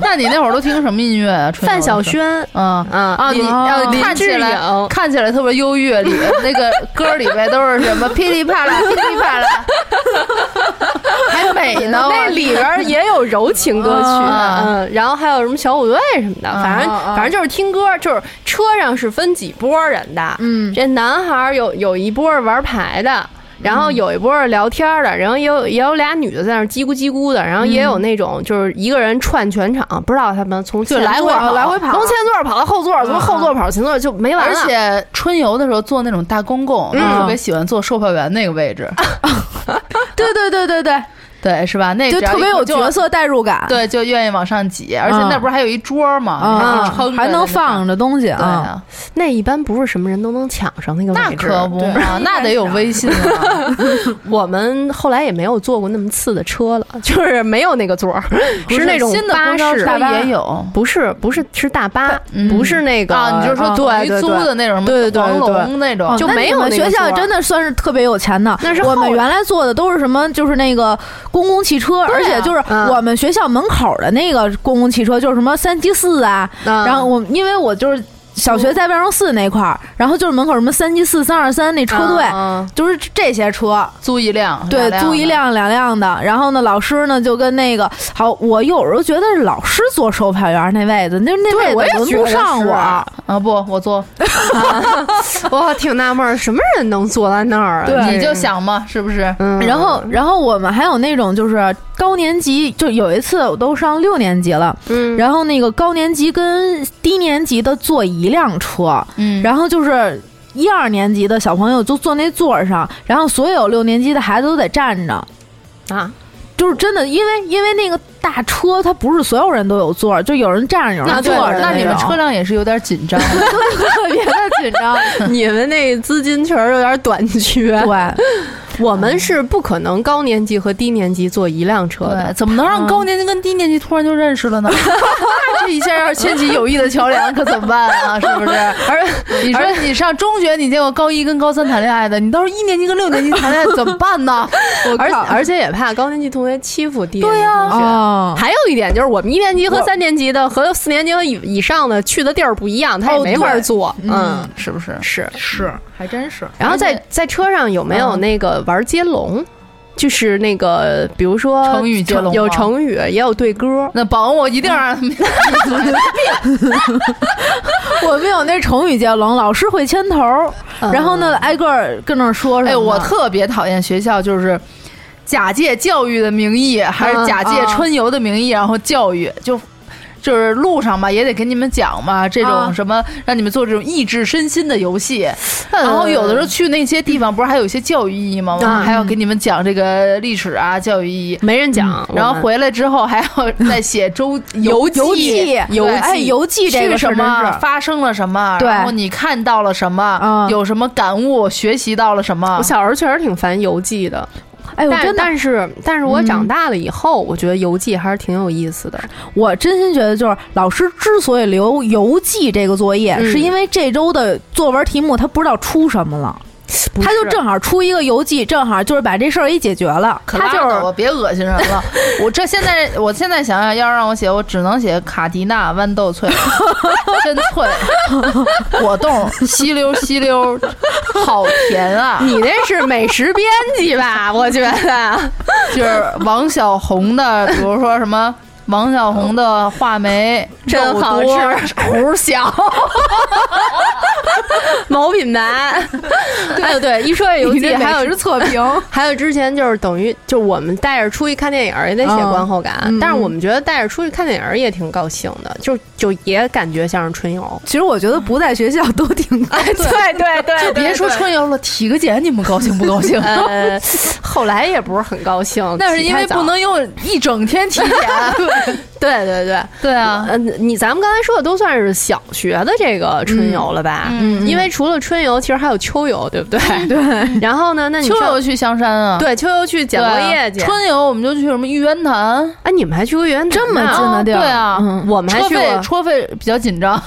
D: 那你那会儿都听什么音乐啊？春游
G: 范
D: 的时候
G: 晓，萱。
D: 嗯。
G: 啊
D: 啊，你啊，
G: 林
D: 看起
G: 志
D: 来
G: 颖
D: 看起来特别忧郁，里那 个歌里边都是什么噼里啪啦、噼里啪啦，还美呢。
G: 那里边儿也有柔情歌曲，
D: 啊
G: 嗯，然后还有什么小虎队什么的，反正
B: 啊啊
G: 反正就是听歌，就是车上是分几拨人的，
B: 嗯
G: 这男孩儿有有一波儿玩牌的。
D: 嗯
G: 然后有一波儿是聊天儿的，然后也有也有俩女的在那儿叽咕叽咕的，然后
D: 嗯
G: 也有那种就是一个人串全场，不知道他们从
D: 就
G: 前
D: 来回
G: 座
D: 跑来回跑
G: 从前座跑到嗯后座，从后座跑到前座就没完
D: 而
G: 了。嗯
D: 且春游的时候坐那种大公共，我特别喜欢坐售票员那个位置，
G: 啊
B: 对对对对对，
D: 对，是吧？那
B: 就
D: 只要
B: 特别
D: 一
B: 有
D: 就
B: 角色代入感。
D: 对，就愿意往上挤，而且
B: 嗯
D: 那不是还有一桌吗？
G: 嗯
B: 啊，
D: 撑着
B: 还能放
D: 着。
B: 着东西
D: 对
B: 啊。
D: 啊，
G: 那一般不是什么人都能抢上那个
D: 那
G: 位置，
D: 可不 嘛，那得有微信啊。
G: 我们后来也没有坐过那么次的车了，就是没有那个座儿，
D: 不
G: 是那种
D: 新的
G: 巴
D: 公交
G: 士，
D: 车也有
G: 不是不是是大巴，
D: 嗯
G: 不是那个
D: 啊，你就是说等
G: 嗯对
D: 于
G: 对
D: 租
G: 对。
D: 的那种什么
G: 对对对
D: 黄
G: 对
D: 龙那种
B: 哦，
G: 就
B: 那
G: 没
B: 你
G: 有
B: 们
G: 那
B: 学
G: 个座
B: 校
G: 儿
B: 真的算是特别有钱的。
G: 那是
B: 我
G: 后
B: 们
G: 来
B: 原来坐的都是什么？就是那个公共汽车，而且就是
G: 嗯
B: 我们学校门口的那个公共汽车，就是什么三七四啊。
G: 嗯
B: 然后我因为我就是小学在万荣寺那块儿，然后就是门口什么三七四、三二三那车队，
G: 嗯
B: 就是这些车。
D: 租一辆，
B: 对
D: 嗯两，辆
B: 租一
D: 的
B: 辆两辆的，然后呢，老师呢就跟那个好，我有时候觉得是老师坐售票员那位子，那那
D: 对，
B: 位子轮不上
D: 我
B: 我，
D: 啊！不，我坐，
G: 我嗯挺纳闷儿，什么人能坐在那儿啊？这
D: 你就，想嘛，是不是？
G: 嗯
B: 然后，然后我们还有那种就是高年级，就有一次我都上六年级了，
G: 嗯，
B: 然后那个高年级跟低年级的坐一辆车，
D: 嗯
B: 然后就是一二年级的小朋友就坐那座儿上，然后所有六年级的孩子都得站着，
G: 啊，
B: 就是真的，因为因为那个大车它不是所有人都有座儿，就有人站着，有人坐
G: 对
B: 着种，
D: 那你们车辆也是有点紧张，
B: 特别的紧张，
G: 你们那资金确实有点短缺。
B: 对，
G: 我们是不可能高年级和低年级坐一辆车的
D: 对，，怎么能让高年级跟低年级突然就认识 了呢？这一下要是牵起友谊的桥梁，可怎么办啊？是 不是？而 你说你上中学，你见过高一跟高三谈恋爱的，你到时候一年级跟六年级谈恋爱怎么办呢？
G: 而而且也怕高年级同学欺负低年级
D: 对呀
G: 同学。
B: 哦，
G: 还有一点就是，我们一年级和三年级的和四年级和以以上的去的地儿不一样，他也
B: 哦
G: 没法
B: 对
G: 坐。嗯，
D: 是不是？
G: 是。
B: 是，还真是。
G: 然后在在车上有没有
D: 嗯
G: 那个玩接龙？就是那个，比如说
D: 成语接龙吗
G: 有成语，也有对歌。
D: 那保安我一定让他们
B: 我们有那成语接龙，老师会牵头，然后呢，挨个儿跟那儿说什么。
D: 哎，我特别讨厌学校就是假借教育的名义，还是假
B: 嗯
D: 借春游的名义，然后教育就。就是路上吧，也得给你们讲嘛，这
B: 啊
D: 种什么、让你们做这种益智身心的游戏，
B: 嗯
D: 然后有的时候去那些地方，不是还有一些教育意义吗？我们还要给你们讲这个历史啊，教育意义。嗯
G: 没人讲，
D: 然
G: 我
D: 后
G: 们
D: 回来之后还要再写周
B: 游
D: 记
B: 记
D: 对
B: 游哎游记这
D: 去
B: 个事
D: 什
B: 儿真
D: 么
B: 是
D: 发生了什么，
B: 对
D: 然后你看到了什么
B: 嗯，
D: 有什么感悟，学习到了什么
G: 我。小时候确实挺烦游记的，
B: 哎，我
G: 但
B: 真的，
G: 但是但是我
B: 嗯
G: 长大了以后，我觉得游记还是挺有意思的。
B: 我真心觉得就是老师之所以留游记这个作业，
G: 嗯
B: 是因为这周的作文题目他不知道出什么了，他就正好出一个游记，正好就是把这事儿给解决了。
D: 可
B: 他
D: 拉
B: 就
D: 倒吧
B: 是
D: 别恶心人 了。我这现在，我现在想想，要让我写，我只能写卡迪娜豌豆 脆，真脆，果冻吸溜吸溜，好甜啊！
G: 你那是美食编辑吧？我觉得，
D: 就是王小红的，比如说什么王小红的话梅
G: 真好吃
D: 肉多，
G: 齁小，某品牌。哎呦，对，一说这游
B: 你
G: 记，
B: 这
G: 还有
B: 美食测评，
G: 还有之前就是等于就我们带着出去看电影儿也得写
B: 嗯
G: 观后感，
B: 嗯
G: 但是我们觉得带着出去看电影儿也挺高兴的，就就也感觉像是春游。
B: 其实我觉得不在学校都挺高兴。
G: 对对，？
D: 别说春游了，体个检你们高兴不高兴啊
G: 呃，后来也不是很高兴，
D: 那是
G: 起
D: 因
G: 太
D: 为
G: 早
D: 不能用一整天体检。
G: 对对对。
D: 对 啊，
G: 嗯，你咱们刚才说的都算是小学的这个春游了吧？
D: 嗯
G: 因为除了春游，其实还有秋游，对不对？对。 然后呢？那你
D: 秋
G: 说
D: 游去香山啊，
G: 对秋游去捡
D: 对啊
G: 落叶去。
D: 春游我们就去什么玉渊潭，
G: 哎，你们还去过原
B: 这么近的地儿，
D: 对啊
B: 嗯
G: 我们还
D: 车
G: 去
D: 费
G: 过
D: 车费比较紧张，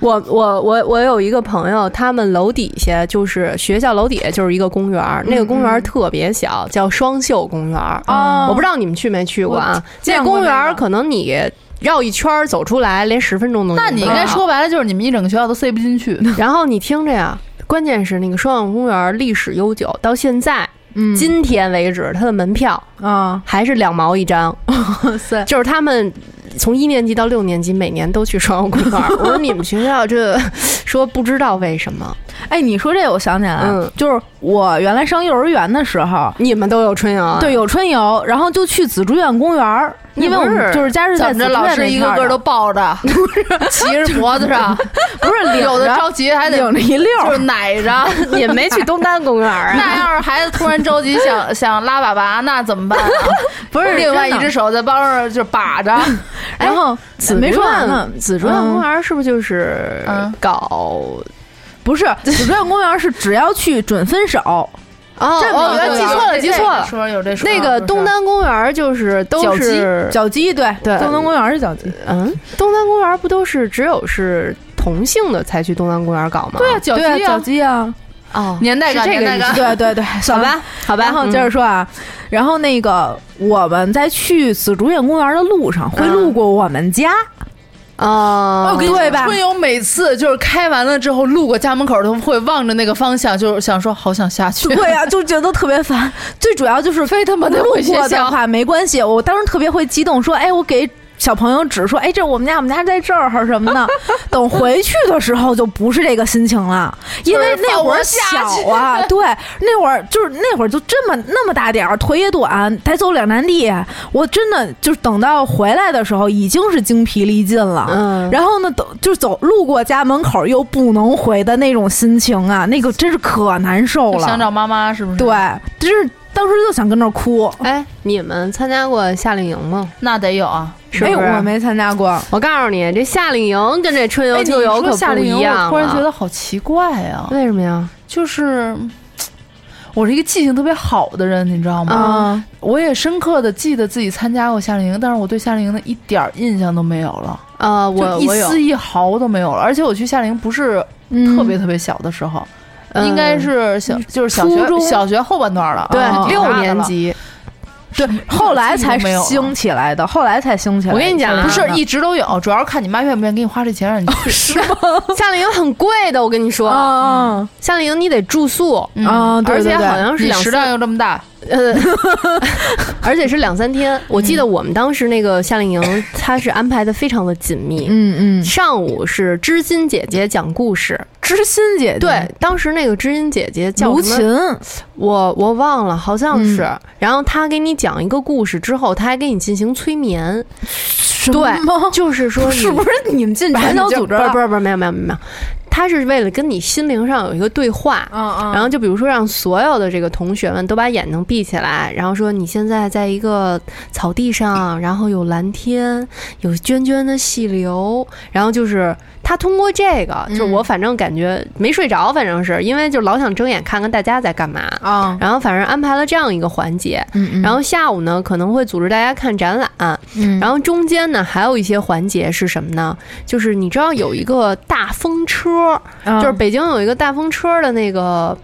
G: 我我我我有一个朋友，他们楼底下就是学校楼底下就是一个公园儿，
D: 嗯
G: 那个公园儿特别小，叫双秀公园儿。
B: 哦
G: 我不知道你们去没去过啊？
B: 见
G: 那
B: 过
G: 公园
B: 那
G: 儿
B: 个
G: 可能你绕一圈儿走出来，连十分钟都用 不
D: 那
G: 到。
D: 你应该说白了就是你们一整个学校都塞不进去。
G: 然后你听着呀，关键是那个双阳公园历史悠久，到现在、
B: 嗯
G: 今天为止，它的门票
B: 啊，
G: 还是两毛一 张，
B: 塞
G: 就是他们。从一年级到六年级，每年都去双阳公 园。我说你们学校这说不知道为什么，
B: 哎，你说这我想起来了，
G: 嗯
B: 就是我原来上幼儿园的时候，
G: 你们都有春游啊？
B: 对，，有春游，然后就去紫竹院公园儿，因为我
G: 那不
B: 们
G: 是
B: 就是家是
D: 怎
B: 在
D: 么着，
B: 紫竹院
D: 老
B: 那
D: 师一
B: 片
D: 个
B: 儿
D: 个
B: 的
D: 都抱着，骑着脖子上，
B: 不是领
D: 有的
B: 着
D: 着急还得
B: 领着一溜
D: 就是
B: 儿，
D: 奶着。
G: 你们没去东单公园 啊？
D: 那要是孩子突然着急想想拉粑粑，那怎么办、啊？不是，另外一只手在帮着就把着，
B: 然后
G: 紫
B: 没
G: 竹
B: 说完呢
G: 院，，紫竹院
B: 嗯
G: 公园是不是就是
D: 嗯
G: 搞？
B: 不是紫竹院公园是只要去准分手，
G: 哦，
D: 这
G: 哦
D: 没有
G: 记
D: 这
G: 错了，
D: 这
G: 记错了。
D: 说有这说
G: 那个东，单公园就是都
D: 脚鸡
G: 是
B: 脚鸡对
G: 对
B: 东东公园是脚鸡，
G: 嗯，东单公园不都是只有是同性的才去东单公园搞吗？
D: 对啊，脚
B: 对啊
D: 鸡
B: 脚
D: 啊，
B: 鸡啊，
G: 哦，嗯
D: 年代感，
G: 是这个
D: 年代
G: 意
D: 感。
B: 对对对，
G: 好
B: 好
G: 吧，好吧，
B: 然后接着说啊，然后那个我们在去紫竹院公园的路上会路过我们家，
G: 嗯哦，
B: 对吧？
D: 春游每次就是开完了之后，路过家门口都会望着那个方向，就是想说好想下去。
B: 对啊呀、就觉得特别烦。 最主要就是非他妈
D: 得
B: 路
D: 回学
B: 过的
D: 校
B: 话没关系，我当时特别会激动，说：“哎，我给小朋友指说，哎，这我们家，我们家在这儿什么的。” 等回去的时候就不是这个心情了，因为那会儿小啊，对，那会儿就是那会儿就这么那么大点儿，腿也短，才走两站地。我真的就是等到回来的时候已经是精疲力尽了，
G: 嗯
B: 然后呢，等就走路过家门口又不能回的那种心情啊，那个真是可难受
D: 就
B: 了。
D: 想找妈妈是不是？
B: 对，，就是当时就想跟那儿哭。
G: 哎，你们参加过夏令营吗？
D: 那得有啊。
G: 是不是？
B: 哎，我没参加过。
G: 我告诉你，这夏令营跟这春游
D: 哎
G: 秋游
D: 你说
G: 可
D: 夏
G: 不
D: 令营
G: 一样啊
D: 我突然觉
G: 了
D: 得好奇怪啊，
G: 为什么呀？
D: 就是我是一个记性特别好的人，你知道吗？
G: 嗯
B: 啊，
D: 我也深刻的记得自己参加过夏令营，但是我对夏令营的一点儿印象都没有了，
G: 呃，
D: 就
G: 我
D: 一
G: 我有
D: 丝一毫都没有了。而且我去夏令营不是
B: 嗯
D: 特别特别小的时候，
G: 嗯
D: 应该是小就是小
B: 初中
D: 学小学后半段了，啊
G: 对
B: 哦
D: 挺大
G: 六
D: 的了
G: 年级，
B: 对，后来才
D: 没有了
B: 兴起来的，后来才兴起来的。
G: 我跟你讲啊
D: 不是一直都有，主要是看你妈愿不愿意给你花这钱让你去。
B: 是 吗？
G: 夏令营很贵的，我跟你说，
B: 啊
G: 夏令营你得住宿，
D: 嗯
B: 啊！对
G: 而且
B: 对对
G: 好像是
D: 你
G: 两
D: 食
G: 三
D: 量又这么大，
G: 呃，而且是两三
D: 嗯
G: 天。我记得我们当时那个夏令 营，它是安排的非常的紧密。
B: 嗯嗯，
G: 上午是知心姐姐讲故事，
B: 知心姐姐
G: 对，当时那个知心姐姐叫
B: 卢
G: 什么
B: 琴，
G: 我我忘了，好像是。
D: 嗯
G: 然后她给你讲一个故事之后，她还给你进行催眠，
B: 什
G: 对
B: 么
G: 就是说你
B: 是不是你们 进传销组织
G: 不是不是
B: 了？
G: 不是没有没有没有没有，她是为了跟你心灵上有一个对话。
B: 嗯嗯，
G: 然后就比如说，让所有的这个同学们都把眼睛闭起来，然后说你现在在一个草地 上，然后有蓝天，有涓涓的细流，然后就是他通过这个，
B: 嗯
G: 就是我反正感觉没睡着，反正是因为就老想睁眼看看大家在干嘛。
B: 啊，
G: 然后反正安排了这样一个环节，
B: 嗯嗯，
G: 然后下午呢可能会组织大家看展览，
B: 嗯
G: 然后中间呢还有一些环节是什么呢？就是你知道有一个大风车，
B: 嗯
G: 就是北京有一个大风车的那个，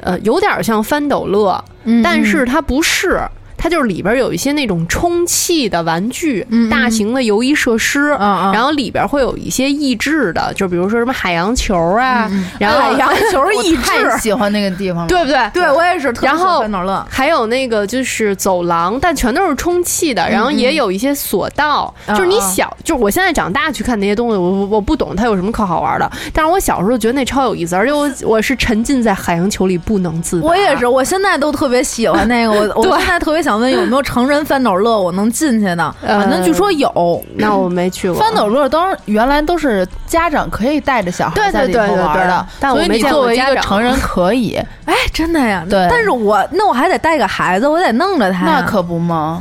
G: 呃，有点像翻斗乐，
B: 嗯
G: 但是它不是，它就是里边有一些那种充气的玩具，
B: 嗯嗯
G: 大型的游艺设施。
B: 嗯嗯，
G: 然后里边会有一些益智的，就比如说什么海洋球啊，然后
B: 海洋哎球益
D: 我太
B: 智，
D: 喜欢那个地方了。
G: 对不对？
B: 嗯哦对我也是特别喜欢
G: 然后
B: 翻斗乐，
G: 还有那个就是走廊，但全都是充气的，然后也有一些索道，
B: 嗯
G: 就是你
B: 嗯
G: 小，就是我现在长大去看那些东西，我我我不懂它有什么可好玩的，但是我小时候觉得那超有意思，而且我我是沉浸在海洋球里不能自拔。
B: 我也是，，我现在都特别喜欢那个， 我
G: 对
B: 我现在特别想问有没有成人翻斗乐我能进去呢？
G: 呃
B: 反正据说有
G: 那我没去过
D: 翻斗乐当原来都是家长可以带着小孩
G: 对
D: 在
G: 对
D: 里
G: 对
D: 头
G: 对
D: 玩
G: 对
D: 的，
G: 但我
D: 所以
G: 没
D: 你
G: 见
D: 作
G: 过
D: 为一
G: 家
D: 个
G: 长
D: 成人可 以，
B: 哎，真的呀？
D: 对
B: 但是我那我还得带个孩子，我得弄着他。
D: 那可不吗？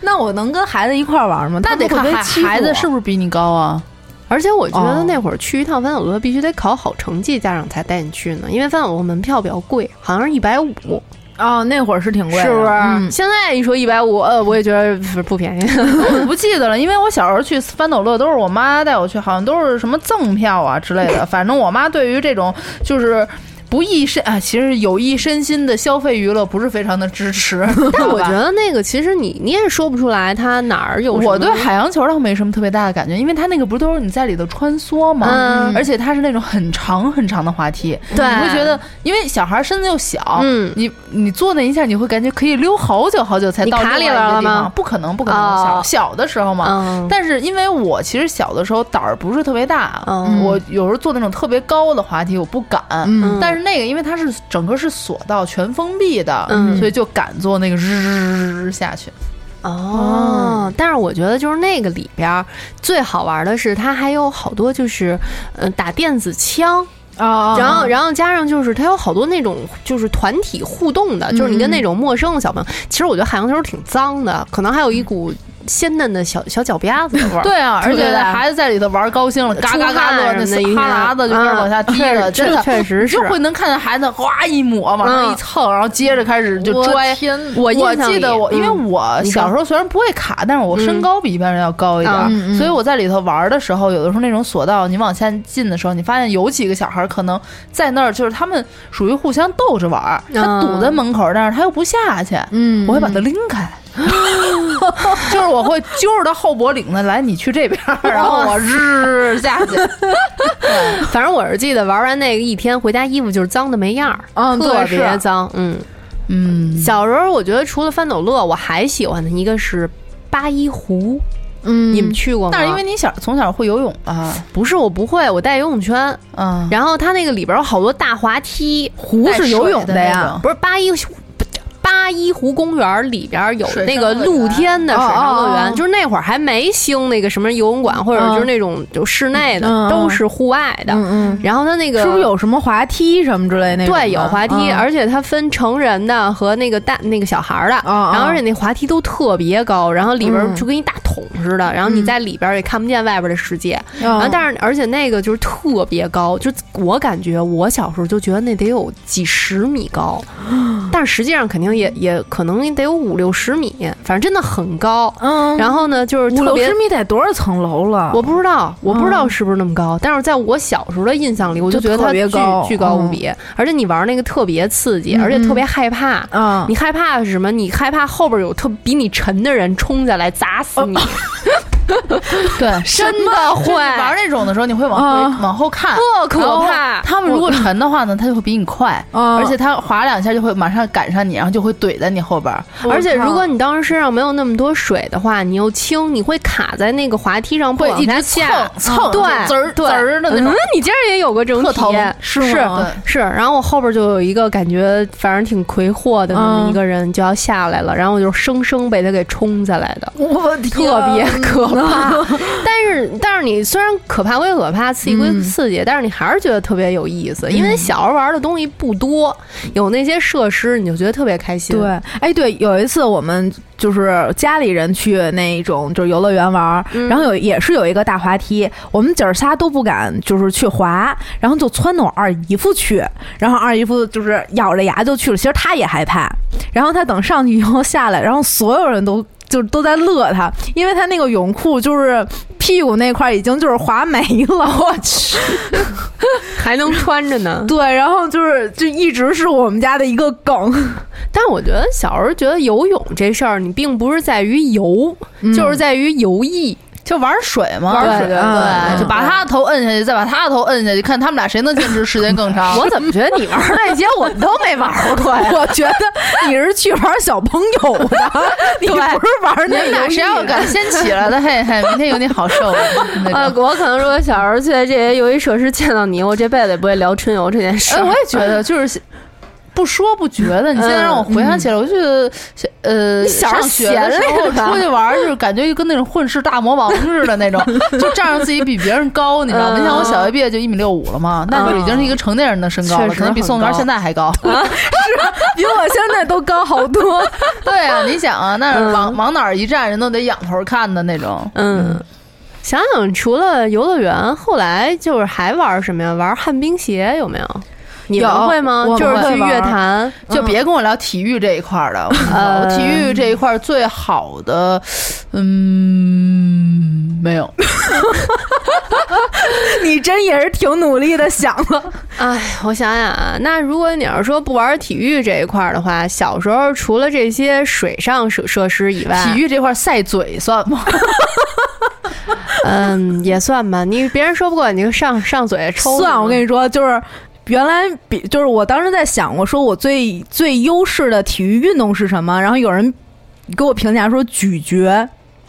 B: 那我能跟孩子一块儿玩吗？
D: 那得看
B: 他们会不
D: 孩
B: 会欺负我
D: 孩子是不是比你高啊？
G: 而且我觉得
D: 哦
G: 那会儿去一趟翻斗乐必须得考好成绩，家长才带你去呢，因为翻斗乐门票比较贵，好像是一百五，
B: 哦，那会儿是挺贵的，
G: 是不是？
B: 嗯
G: 现在一说一百五，呃，我也觉得不不便宜。
D: 我不记得了，因为我小时候去翻斗乐都是我妈带我去，好像都是什么赠票啊之类 的。反正我妈对于这种就是。不益身啊，其实有益身心的消费娱乐不是非常的支 持。
G: 但
D: 好
G: 我
D: 吧
G: 觉得那个其实你你也说不出来它哪儿有什么。
D: 我对海洋球倒没什么特别大的感觉，因为它那个不都是你在里头穿梭吗？
G: 嗯
D: 而且它是那种很长很长的滑梯，
G: 对
D: 你会觉得，因为小孩身子又小，
G: 嗯
D: 你你坐那一下，你会感觉可以溜好久好久才到
G: 你
D: 另
G: 卡
D: 外
G: 里
D: 一
G: 边
D: 个
G: 了
D: 地
G: 吗
D: 方，不可能，不可能，
G: 哦
D: 小小的时候嘛。
G: 嗯
D: 但是因为我其实小的时候胆儿不是特别大，
G: 嗯
D: 我有时候坐那种特别高的滑梯我不敢，
G: 嗯
D: 但是那个因为它是整个是索道全封闭的，
G: 嗯
D: 所以就敢坐那个日日日下去。嗯
G: 哦，但是我觉得就是那个里边儿最好玩的是，它还有好多就是，嗯、打电子枪，
D: 啊
B: 哦，
G: 然后然后加上就是它有好多那种就是团体互动
D: 嗯
G: 的，就是你跟那种陌生的小朋友，其实我觉得海洋球挺脏的，可能还有一股鲜嫩的小小脚丫子的味儿。
D: 对啊，而
G: 特别
D: 且
G: 的
D: 孩子在里头玩高兴了，嘎嘎嘎
G: 出
D: 的，
G: 汗
D: 那
G: 什么的
D: 小哈喇子就开始往下滴了，
G: 嗯确实
D: 真的
G: 确实是嗯
D: 你就会能看见孩子哗一抹，往上一蹭，然后接着开始就
B: 我
D: 拽。
B: 天，
G: 我印
D: 我
G: 象
D: 记得
G: 里
D: 我，因为
G: 嗯
D: 我
G: 你说
D: 小时候虽然不会卡，但是我身高比一般人要高一点儿，
B: 嗯嗯
D: 所以我在里头玩的时候，有的时候那种索道，你往下进的时候，你发现有几个小孩可能在那儿，就是他们属于互相斗着玩儿，他
G: 嗯
D: 堵在门口，但是他又不下去，
B: 嗯，
D: 我会把他拎开， 就是我会揪着他后脖领子来，你去这边儿，然后我日下 去。
G: 嗯反正我是记得玩完那个一天回家衣服就是脏的没样儿，
B: 嗯对
G: 特
B: 是
D: 啊
G: 别脏，嗯。
D: 嗯，
G: 小时候我觉得除了翻斗乐，我还喜欢的一个是八一湖，
B: 嗯，
G: 你们去过吗？
D: 但是因为你小从小会游泳啊，
G: 不是我不会，我带游泳圈，
D: 嗯，
G: 然后它那个里边有好多大滑梯，湖
D: 带
G: 是
D: 水
G: 游泳
D: 的
G: 的
D: 那
G: 呀
D: 种，
G: 不是八一湖。八一湖公园里边有
D: 水上
G: 那个
D: 乐
G: 露
D: 园
G: 天的水上乐
B: 哦哦
G: 园，
B: 哦
G: 就是那会儿还没兴那个什么游泳馆，或者就是那种就室内的，
B: 嗯嗯
G: 都是户外的。
B: 嗯嗯，
G: 然后它那个
B: 是不是有什么滑梯什么之类那种的？
G: 对，有滑梯，
B: 嗯
G: 而且它分成人的和那个大那个小孩儿的，
B: 哦
G: 然后而且那滑梯都特别高，然后里边儿
B: 嗯
G: 就跟一大桶似的，然后你在里边儿也看不见外边儿的世界，然后
B: 嗯
G: 但是而且那个就是 特别高，就我感觉我小时候就觉得那得有几十米高，但是实际上肯定也也可能得有五六十米，反正真的很高。
B: 嗯，
G: 然后呢，就是
B: 五
G: 特
B: 六
G: 别
B: 十，米得多少层楼了？
G: 我不知道，我不知道
B: 嗯
G: 是不是那么高，但是在我小时候的印象里，我
B: 就
G: 觉得
B: 特
G: 它
B: 别
G: 巨
B: 高
G: 巨高无
B: 嗯
G: 比，而且你玩那个特别刺激，而且特别害怕。
B: 啊，
G: 你害怕的是什么？你害怕后边有特比你沉的人冲下来砸死你，
D: 对，
G: 真的会
D: 哦玩哦那种的时候，你会往
G: 嗯
B: 啊
D: 回往后看，
G: 特可
D: 然后
G: 怕。
D: 他们如果沉的话呢，他就会比你快，
G: 嗯
B: 啊
D: 而且他划两下就会马上赶上你，然后就会怼在你后边儿。
G: 而且如果你当时身上没有那么多水的话，你又轻，你会卡在那个滑梯上，不
D: 会
G: 往
D: 一
G: 下
D: 直
G: 下嗯
D: 蹭蹭
G: 对
D: 就，滋儿
G: 对
D: 滋儿的那种
G: 嗯，你竟然也有过这种
D: 特
G: 体
D: 疼
G: 验，
D: 是
G: 是
D: 吗嗯
G: 是。然后我后边就有一个感觉，反正挺魁祸的那
D: 嗯
G: 么一个人就要下来了，然后我就生生被他给冲下来的。
B: 我天啊
G: 特别可怕，但是但是你虽然可怕归可怕，刺激归刺激，但是你还是觉得特别有意思，因为小时候玩的东西不多，有那些设施你就觉得特别开心。
B: 对，哎，对，有一次我们就是家里人去那一种就是游乐园玩儿，
G: 嗯
B: 然后有也是有一个大滑梯，我们姐儿仨都不敢就是去滑，然后就撺掇我二姨夫去，然后二姨夫就是咬着牙就去了，其实他也害怕，然后他等上去以后下来，然后所有人都。就是都在乐他，因为他那个泳裤就是屁股那块儿已经就是滑没了，我去。
G: 还能穿着呢。
B: 对，然后就是就一直是我们家的一个梗，
G: 但我觉得小时候觉得游泳这事儿，你并不是在于游，就是在于游艺。
D: 就玩水嘛，
B: 玩水
D: 对，
B: 嗯
D: 对就把他的头摁下去，再把他的头摁下去，看他们俩谁能坚持时间更长。
G: 我怎么觉得你玩儿那些我们都没玩儿过呀？
B: 我觉得你是去玩小朋友的， 你不是玩
D: 你
B: 那
D: 们俩谁要敢先起来的，嘿嘿，明天有你好受。那
G: 呃，
D: 种
G: 我可能如果小时候去这些游艺设施见到你，我这辈子也不会聊春游这件事。
D: 哎，我也觉得就是。不说不觉得，你现在让我回想起来，我就觉得小，呃，
G: 嗯你小时候
D: 上学的时
G: 闲
D: 候
G: 着呢
D: 出去玩儿，就是感觉就跟那种混世大魔王似的那 种，就仗着自己比别人高，你知道吗？
G: 嗯
D: 你想我小学毕业就一米六五了嘛，那就已经是一个成年人的身高
G: 嗯确
D: 了，
G: 实
D: 可能比
G: 很
D: 宋元
G: 高
D: 现在还高。
B: 比我现在都高好多。
D: 对啊，你想啊，那
G: 嗯
D: 往往哪儿一站，人都得仰头看的那种。
G: 嗯，想想除了游乐园，后来就是还玩什么呀？玩旱冰鞋有没有？你们
B: 有
G: 会嗯吗？
B: 我们
G: 就是
B: 会
G: 去
B: 玩
G: 乐坛，
D: 就别跟我聊体育这一块儿的，我跟你说
G: 呃
D: 我体育这一块儿最好的，嗯，没有，
B: 你真也是挺努力的想了，
G: 哎，我想想啊，那如果你要是说不玩体育这一块儿的话，小时候除了这些水上设设施以外，
D: 体育这块儿赛嘴算吗？
G: 嗯，也算吧。你别人说不过，你就上上嘴 抽。
B: 算我跟你说，就是。原来比就是我当时在想，我说我最最优势的体育运动是什么？然后有人给我评价说咀嚼，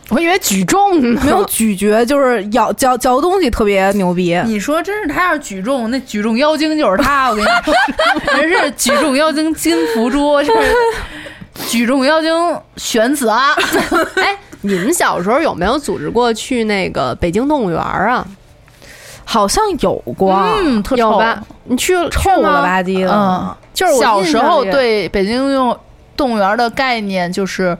G: 我以为举重呢，
B: 没有咀嚼就是咬嚼嚼东西特别牛 逼。
G: 嗯
D: 你说真是，他要是举重，那举重妖精就是他，我跟你 说，人是举重妖精金福珠，是举重妖精玄子啊，
G: 哎， 你们小时候有没有组织过去那个北京动物园儿啊？
B: 好像有过，
D: 嗯，特
G: 有
D: 臭
G: 吧？？你去
B: 臭
G: 去
B: 了
G: 吗
B: 吧唧的。
D: 嗯，
G: 就是我
D: 小时候
G: 印象里
D: 对北京用动物园的概念就是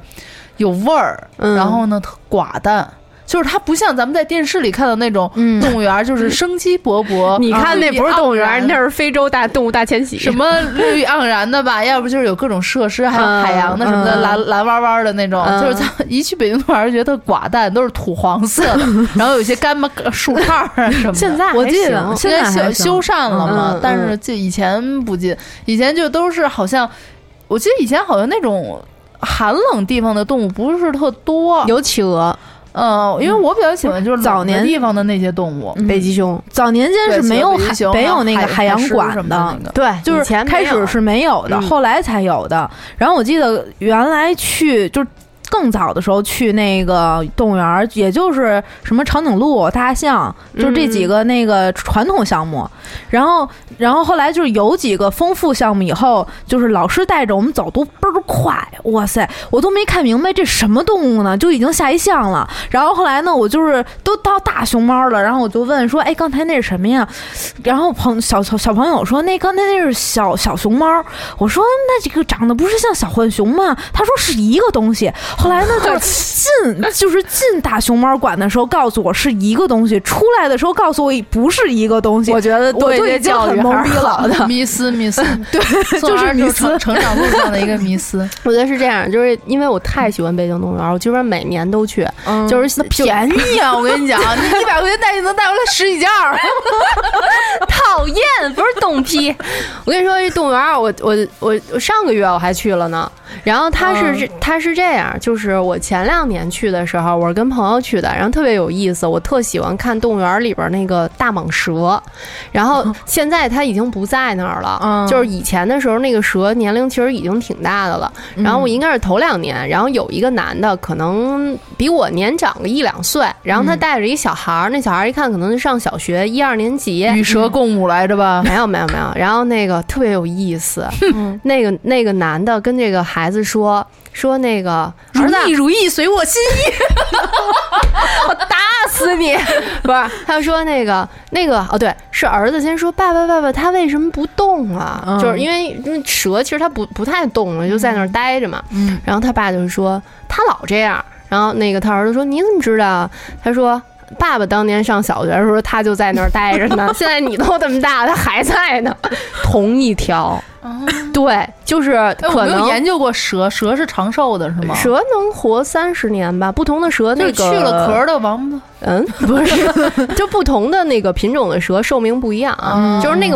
D: 有味儿，
G: 嗯
D: 然后呢特寡淡。就是它不像咱们在电视里看到那种
G: 嗯啊
D: 动物园，就是生机勃勃。啊
G: 你看那不是动物园
D: 绿意
G: 儿，
D: 盎然
G: 那是非洲大动物大迁徙。
D: 什么绿意盎然的吧？要不就是有各种设施，还有海洋的什么的，
G: 嗯
D: 蓝蓝弯弯的那种。
G: 嗯
D: 就是咱们一去北京动物园，觉得寡淡，都是土黄色的，然后有一些干巴树杈儿啊什么的。
G: 现在
B: 我
G: 还
B: 记
G: 行
B: 得现
D: 现
B: 在
D: 在
B: 还
D: 修
B: 行
D: 修缮了嘛，
G: 嗯嗯
D: 但是这以前不进，以前就都是好像，我记得以前好像那种寒冷地方的动物不是特多，
G: 有企鹅、
D: 嗯，因为我比较喜欢就是
B: 早
D: 冷的
B: 年
D: 地方的那些动物，
B: 嗯
G: 北极熊，
B: 早年间
D: 对
B: 是没有
D: 企鹅北极熊
B: 海没有
D: 还
B: 那
D: 有
B: 个
D: 海
B: 海洋
D: 狮什
B: 馆
D: 么的那个
G: 对，
B: 就
G: 以
B: 是
G: 前没
B: 开
G: 有
B: 始是没有的，
G: 嗯
B: 后来才有的。然后我记得原来去就是更早的时候去那个动物园儿，也就是什么长颈鹿、大象，就是这
G: 嗯
B: 几个那个传统项目。然后，然后后来就是有几个丰富项目以后，就是老师带着我们走都倍儿快，哇塞，我都没看明白这什么动物呢，就已经下一项了。然后后来呢，我就是都到大熊猫了，然后我就问说，哎，刚才那是什么呀？然后朋小小小朋友说，那刚才那是小小熊猫。我说那这个长得不是像小浣熊吗？他说是一个东西。后来呢， 就是进就是进大熊猫馆的时候告诉我是一个东西，出来的时候告诉我不是一个东西。
G: 我觉得
B: 我
G: 对
B: 就
G: 这
B: 已经
G: 教
B: 很
G: 育还
B: 懵逼
G: 是好
B: 了，
G: 的。
D: 迷思，迷思，对，
B: 就是迷思
D: 成成长路上的一个迷思。
G: 我觉得是这样，就是因为我太喜欢北京动物园，我基本上每年都去，
B: 嗯
G: 就是
D: 那便宜 啊！我跟你讲，你一百块钱带你能带回来十几件儿。
G: 讨厌，不是懂批。我跟你说，这动物园儿，我我我我上个月我还去了呢。然后它
D: 嗯
G: 是这、它是这样，就是我前两年去的时候，我是跟朋友去的，然后特别有意思，我特喜欢看动物园儿里边儿那个大蟒蛇。然后现在它已经不在那儿了，
D: 嗯
G: 就是以前的时候那个蛇年龄其实已经挺大的了。
D: 嗯
G: 然后我应该是头两年，然后有一个男的，可能比我年长个一两岁，然后他
D: 嗯
G: 带着一小孩儿，那小孩儿一看可能是上小学一二年级，
D: 与蛇共舞来着吧？
G: 没有没有没有，然后那个特别有意思，那个那个男的跟这个孩子说说那个儿子啊
D: 如意，随我心意。
G: 打 死你，不是，他说那个那个哦对，是儿子先说爸爸爸爸，他为什么不动啊？
D: 嗯
G: 就是因为因为蛇其实它不不太动了，就在那儿待着嘛。
D: 嗯
G: 然后他爸就是说他老这样，然后那个他儿子说你怎么知道啊？他说。爸爸当年上小学的时候，他就在那儿待着 呢。现在你都这么大，他还在呢。同一条，
D: 哦
G: 对，就是
D: 哎，我
G: 可
D: 没有
G: 能
D: 研究过蛇，蛇是长寿的，是吗？
G: 蛇能活三十年吧，不同的蛇那
D: 就
G: 个
D: 是去了壳的王八，
G: 嗯，不是，就不同的那个品种的蛇寿命不一样啊。
D: 嗯
G: 就是那个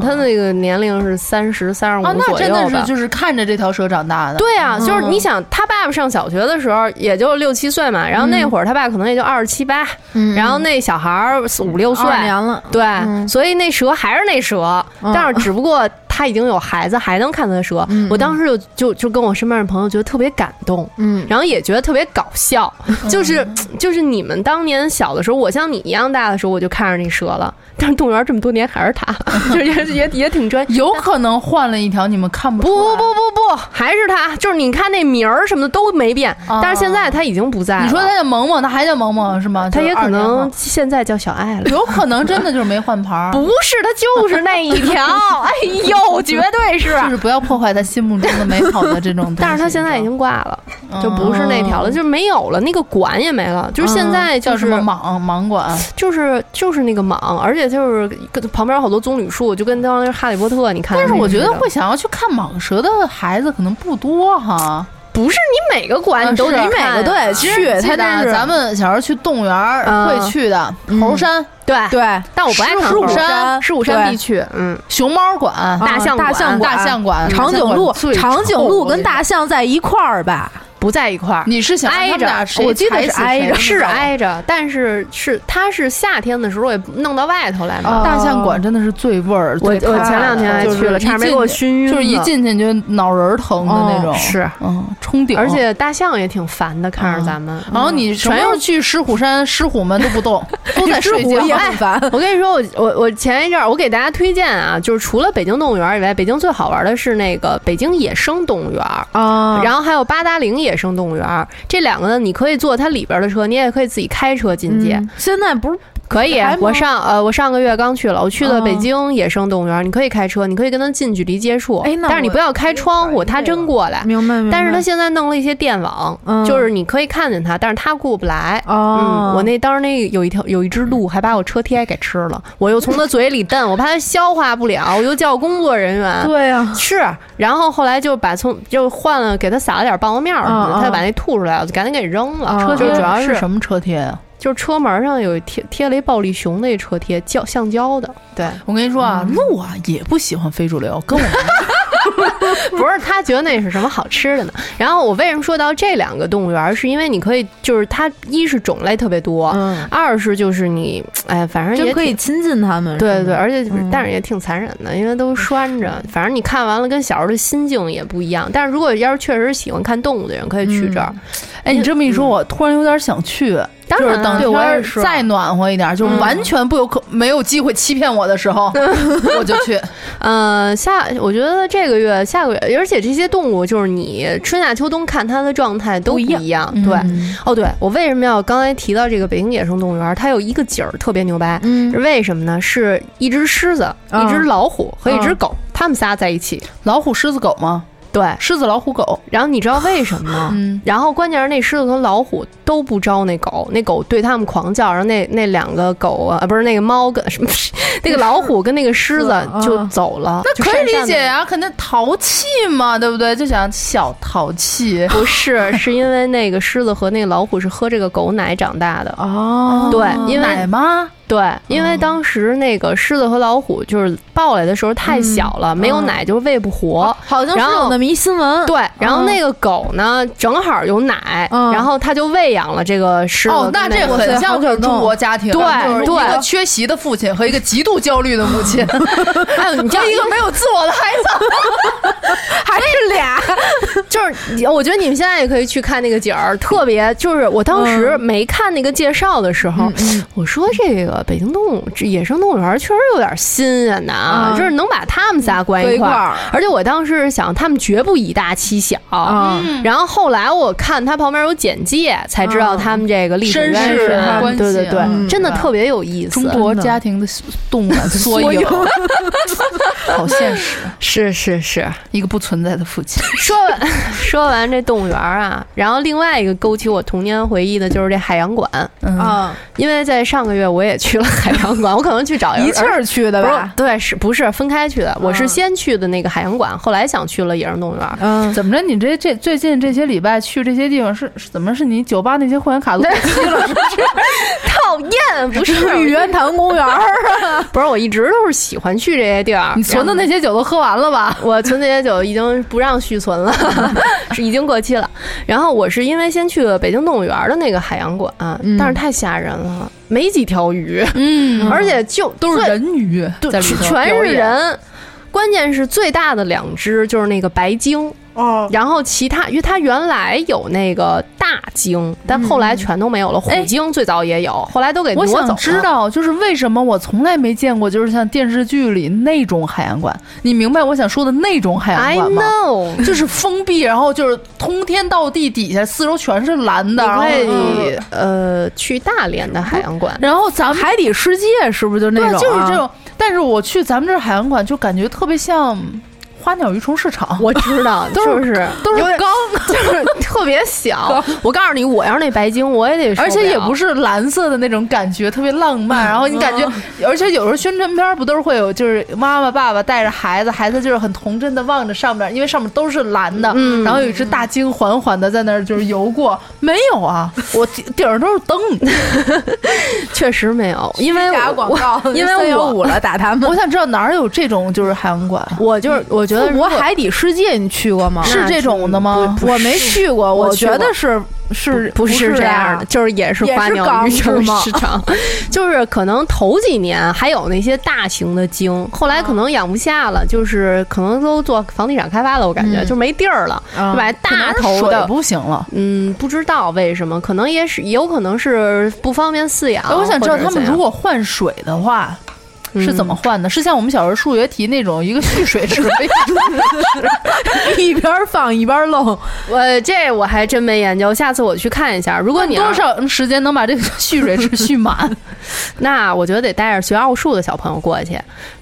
G: 蟒，它那个年龄是三十、三十
D: 啊，
G: 五
D: 那
G: 左
D: 真
G: 右
D: 的
G: 吧
D: 是。就是看着这条蛇长大的。
G: 对
B: 嗯
G: 啊，就是你想，他爸爸上小学的时候也就六七岁嘛，然后那
B: 嗯
G: 会儿他爸可能也就二十七八，然后那小孩儿四五六岁，
B: 二年了，
G: 对，
B: 嗯
G: 所以那蛇还是那蛇，
B: 嗯
G: 但是只不过他已经有孩子，还能看他的蛇。
B: 嗯
G: 我当时就就就跟我身边的朋友觉得特别感动，
B: 嗯，
G: 然后也觉得特别搞笑，
D: 嗯
G: 就是就是你们当年小的时候，我像你一样大的时候，我就看着那蛇了，但是动物园这么多年还是 它，就是也也也挺专。
D: 有可能换了一条你们看不
G: 不
D: 出来
G: 不不不不，还是它，就是你看那名儿什么的都没变，
D: 哦
G: 但是现在它已经不在了。
D: 你说它叫萌萌，它还叫萌萌是吗？
G: 它
D: 就
G: 也
D: 是
G: 可
D: 二年
G: 能
D: 后，
G: 现在叫小爱了。
D: 有可能真的就是没换牌儿，
G: 不是，它就是那一 条，哎呦，绝对
B: 嗯
G: 是。啊
D: 就是啊不要破坏他心目中的美好的 这种东西。
G: 但是它现在已经挂了，就不是那条了，就是没有了，那个管也没了，就是现在
D: 哦嗯
G: 就
D: 叫什
G: 是、
D: 么莽莽管，
G: 就是就是那个蟒，而且就是跟旁边好多棕榈树，就跟当时《哈利波特》你看的
D: 但
G: 那
D: 是
G: 个似
D: 我觉
G: 的。
D: 得会想要去看蟒蛇的孩子可能不多哈。
G: 不嗯是你每个馆
D: 啊
G: 你都
D: 是
G: 得
D: 你每
G: 看
B: 个都得
G: 啊
B: 去它
D: 记得啊
B: 这是
D: 咱们小时候去动物园儿
G: 嗯
D: 会去的，猴山、
G: 对，
B: 对，
G: 但我不爱看
B: 十五
G: 猴
B: 山，
G: 十五山必啊去，嗯，
D: 熊猫馆、
G: 大象
B: 啊大
G: 馆
B: 象
D: 大象馆、嗯
B: 长颈鹿
D: 大象馆最，
B: 长颈鹿
D: 臭
B: 跟大象在一块儿 吧？
G: 不在一块儿。
D: 你是想让他
G: 挨
D: 们俩
G: 着，
D: 谁
G: 我记得
D: 踩
G: 是
D: 死谁
G: 挨着，
D: 吗
G: 是。挨着，但是是它是夏天的时候也弄到外头来嘛。
D: 大象馆真的是最味儿，
G: 我我
D: 最怕的
G: 前两天还
D: 就是
G: 去了，差点没给我
D: 一进
G: 熏晕
D: 就是一
G: 了
D: 进去你就脑仁儿疼的那种，
G: 是，
D: 嗯，冲顶，
G: 而且大象也挺烦的，看着咱们。
D: 然后你全
G: 全
D: 要去狮虎山，狮虎们都不 动，都在睡觉。
B: 也
D: 哎
B: 很烦。
G: 我跟你说，我我我前一阵儿我给大家推荐啊，就是除了北京动物园以外，北京最好玩的是那个北京野生动物园。
B: 啊
G: 然后还有八达岭野生动物园，这两个呢，你可以坐它里边的车，你也可以自己开车进去，
B: 嗯现在不是
G: 可以
B: 还。吗
G: 我上呃，我上个月刚去了，我去了
B: 哦
G: 北京野生动物园，你可以开车，你可以跟它近距离接触，
B: 哎那
G: 但是你
B: 我
G: 不要开窗户，它真过来。
B: 明白，明白
G: 但是它现在弄了一些电网，
B: 嗯
G: 就是你可以看见它，但是它过不来。
B: 哦
G: 嗯，，我那当时那有一条有一只鹿还把我车贴给吃了，我又从它嘴里 蹬，我怕它消化不了，我又叫工作人员。
B: 对啊呀，
G: 是，然后后来就把从就换了，给它撒了点棒子面儿什么
B: 嗯
G: 的，
B: 嗯
G: 它就把那吐出来了，我就赶紧给扔了。
B: 嗯
G: 车
B: 嗯
G: 就
D: 就
G: 主
D: 主
G: 要
D: 要
G: 是
D: 是什么车贴呀？
G: 就是车门上有贴贴了一暴力熊那车贴，胶橡胶 的。对，
D: 我跟你说啊，鹿啊也不喜欢非主流，跟我们
G: 不是他觉得那是什么好吃的呢？然后我为什么说到这两个动物园儿，是因为你可以就是它一是种类特别多，
B: 嗯，
G: 二是就是你哎，反正也
B: 真可以
G: 挺。
B: 亲近他们。
G: 对对
B: 是
G: 对，
B: 吗，
G: 而且就是
B: 嗯
G: 但是也挺残忍的，因为都拴着。反正你看完了，跟小时候的心境也不一样。但是如果要是确实喜欢看动物的人，可以去这儿。
D: 哎，你这么一说，我突然有点想去。
G: 当
D: 就是嗯
G: 然啊，
D: 等
G: 对
D: 天
G: 我也
D: 儿
G: 是。
D: 再暖和一点，就是完全不有可没有机会欺骗我的时候，我就 去。
G: 嗯、下我觉得这个月、下个月，而且这些动物就是你春夏秋冬看它的状态都不一样。对，
D: 嗯
G: 哦，对我为什么要刚才提到这个北京野生动物园？它有一个景儿特别牛掰。
B: 嗯
G: 是为什么呢？是一只狮子、一只
B: 嗯
G: 老虎和一只
B: 嗯
G: 狗，它们仨在一起。
D: 老虎、狮子、狗吗？
G: 对，
D: 狮子、老虎、狗。
G: 然后你知道为什么吗？
D: 嗯，
G: 然后关键是那狮子和老虎都不招那狗，那狗对他们狂叫，然后那那两个狗啊，不是那个猫跟 什么，那个老虎跟那个狮子 啊
B: 嗯
G: 就走了，
D: 那
G: 就
D: 可以
G: 讪讪
D: 理
G: 地
D: 解呀、肯定淘气嘛，对不对？就想小淘气
G: 不是，是因为那个狮子和那个老虎是喝这个狗奶长大的。
D: 哦
G: 对因为
D: 奶妈
G: 对，因为当时那个狮子和老虎就是抱来的时候太小了，没有奶就是喂不活。
B: 好像是
G: 然后
B: 有那么一新闻，
G: 对，然后那个狗呢，正好有奶，
B: 嗯
G: 然后它就喂养了这个狮子
D: 哦
G: 跟，
D: 那这
G: 个
B: 很
D: 很
B: 像
D: 像就是中国家庭，
G: 对
D: 就是
G: 对
D: 一个缺席的父亲和一个极度焦虑的母亲，
G: 哎呦，你知道
D: 一个没有自我的孩子。
G: 还是俩，就是我觉得你们现在也可以去看那个景儿，特别就是我当时没看那个介绍的时候，我说这个北京动物这野生动物园确实有点新鲜的啊，
B: 嗯
G: 就是能把他们仨关
B: 搁一
G: 块
B: 块
G: 儿。
B: 儿
G: 而且我当时是想，他们绝不以大欺小。
B: 啊，
D: 嗯
G: 然后后来我看他旁边有简介，才知道他们这个历史
D: 身
G: 渊
D: 世
G: 源
D: 关系
G: 对对对，
D: 嗯
G: 真的
D: 对吧
G: 特别有意思。
D: 中国家庭的动 感缩影，好现实，
G: 是是是，
D: 一个不存在的父亲。
G: 说完 说完这动物园啊，然后另外一个勾起我童年回忆的就是这海洋馆，
D: 嗯，
B: 啊，
G: 因为在上个月我也去了海洋馆，我可能去找
B: 一气
G: 儿
B: 儿去的
G: 不是
B: 吧？
G: 对，是不是分开去的？我是先去的那个海洋馆，后来想去了野生动物园。
B: 嗯，
D: 怎么着？你这这最近这些礼拜去这些地方是是怎么？是你酒吧那些会员卡都 过期了？是不是
G: 讨厌， 不是
B: 玉渊潭公园 儿，
G: 不是，我一直都是喜欢去这些地儿。
D: 你存的那些酒都喝完了吧？
G: 我存那些酒已经不让续存了， 是已经过期了。然后我是因为先去了北京动物园的那个海洋馆，啊但是太吓人了，没几条鱼，
D: 嗯
G: 而且就
D: 都是
G: 最
D: 人鱼
G: 对，
D: 在里头，
G: 全是。人。关键是最大的两只就是那个白鲸，
B: 哦，
G: 然后其他，因为它原来有那个大鲸，但后来全都没有了。虎
D: 哎
G: 鲸最早也有，后来都给挪
D: 我想
G: 走了。
D: 知道，就是为什么我从来没见过，就是像电视剧里那种海洋馆？你明白我想说的那种海
G: ，I
D: 洋馆吗？
G: know，
D: 就是封闭，然后就是通天到地，底下四周全是蓝的，
G: 你
D: 然后嗯
G: 可以呃去大连的海洋馆，
D: 然后咱们
B: 海底世界是不是就那
D: 对
B: 种啊？
D: 就是这种，但是我去咱们这儿海洋馆就感觉特别像花鸟鱼虫市场，
G: 我知道，
D: 都
G: 是是
D: 都是
G: 有点
D: 缸，
G: 就是 特别小。我告诉你，我要是那白鲸，我也得受不了，
D: 而且也不是蓝色的那种感觉，特别浪漫。然后你感觉，而且有时候宣传片儿不都是会有，就是妈妈爸爸带着孩子，孩子就是很童真的望着上面，因为上面都是蓝的，
G: 嗯
D: 然后有一只大鲸缓缓的在那儿就是游过，没有啊，我顶顶上都是灯。
G: 确实没有，因为
B: 打
G: 我
B: 广告，
G: 因为我
B: 幺五了打他们
D: 我。想知道哪儿有这种就是海洋馆，
G: 我就是我觉得
B: 富
G: 如
B: 国
G: 果
B: 海底世界你去过吗？
D: 是这种的吗？
B: 嗯我没去过，
G: 我
B: 我
G: 去
B: 觉得是是
G: 不是
D: 啊
G: 这样的，，就是也是
B: 也
G: 花
B: 是
G: 鸟
B: 港
G: 鱼
B: 是
G: 虫
B: 吗
G: 市场， 就是可能头几年还有那些大型的鲸，后来
D: 啊
G: 可能养不下了，就是可能都做房地产开发了，我感觉、
D: 嗯
G: 就没地儿了，
B: 啊
G: 就把
D: 可能
G: 大
D: 是
G: 头
D: 水
G: 的。
D: 不行了。
G: 嗯，不知道为什么，可能也是有可能是不方便饲养。
D: 哎，我想知道他们如
G: 果
D: 果换水的话。是
G: 嗯
D: 怎么换的？是像我们小时候数学题那种一个蓄水池，
B: 一边放一边漏，
G: 我呃这我还真没研究，下次我去看一下。如果你要
D: 多少时间能把这个蓄水池蓄满？
G: 那我觉得得带着学奥数的小朋友过去。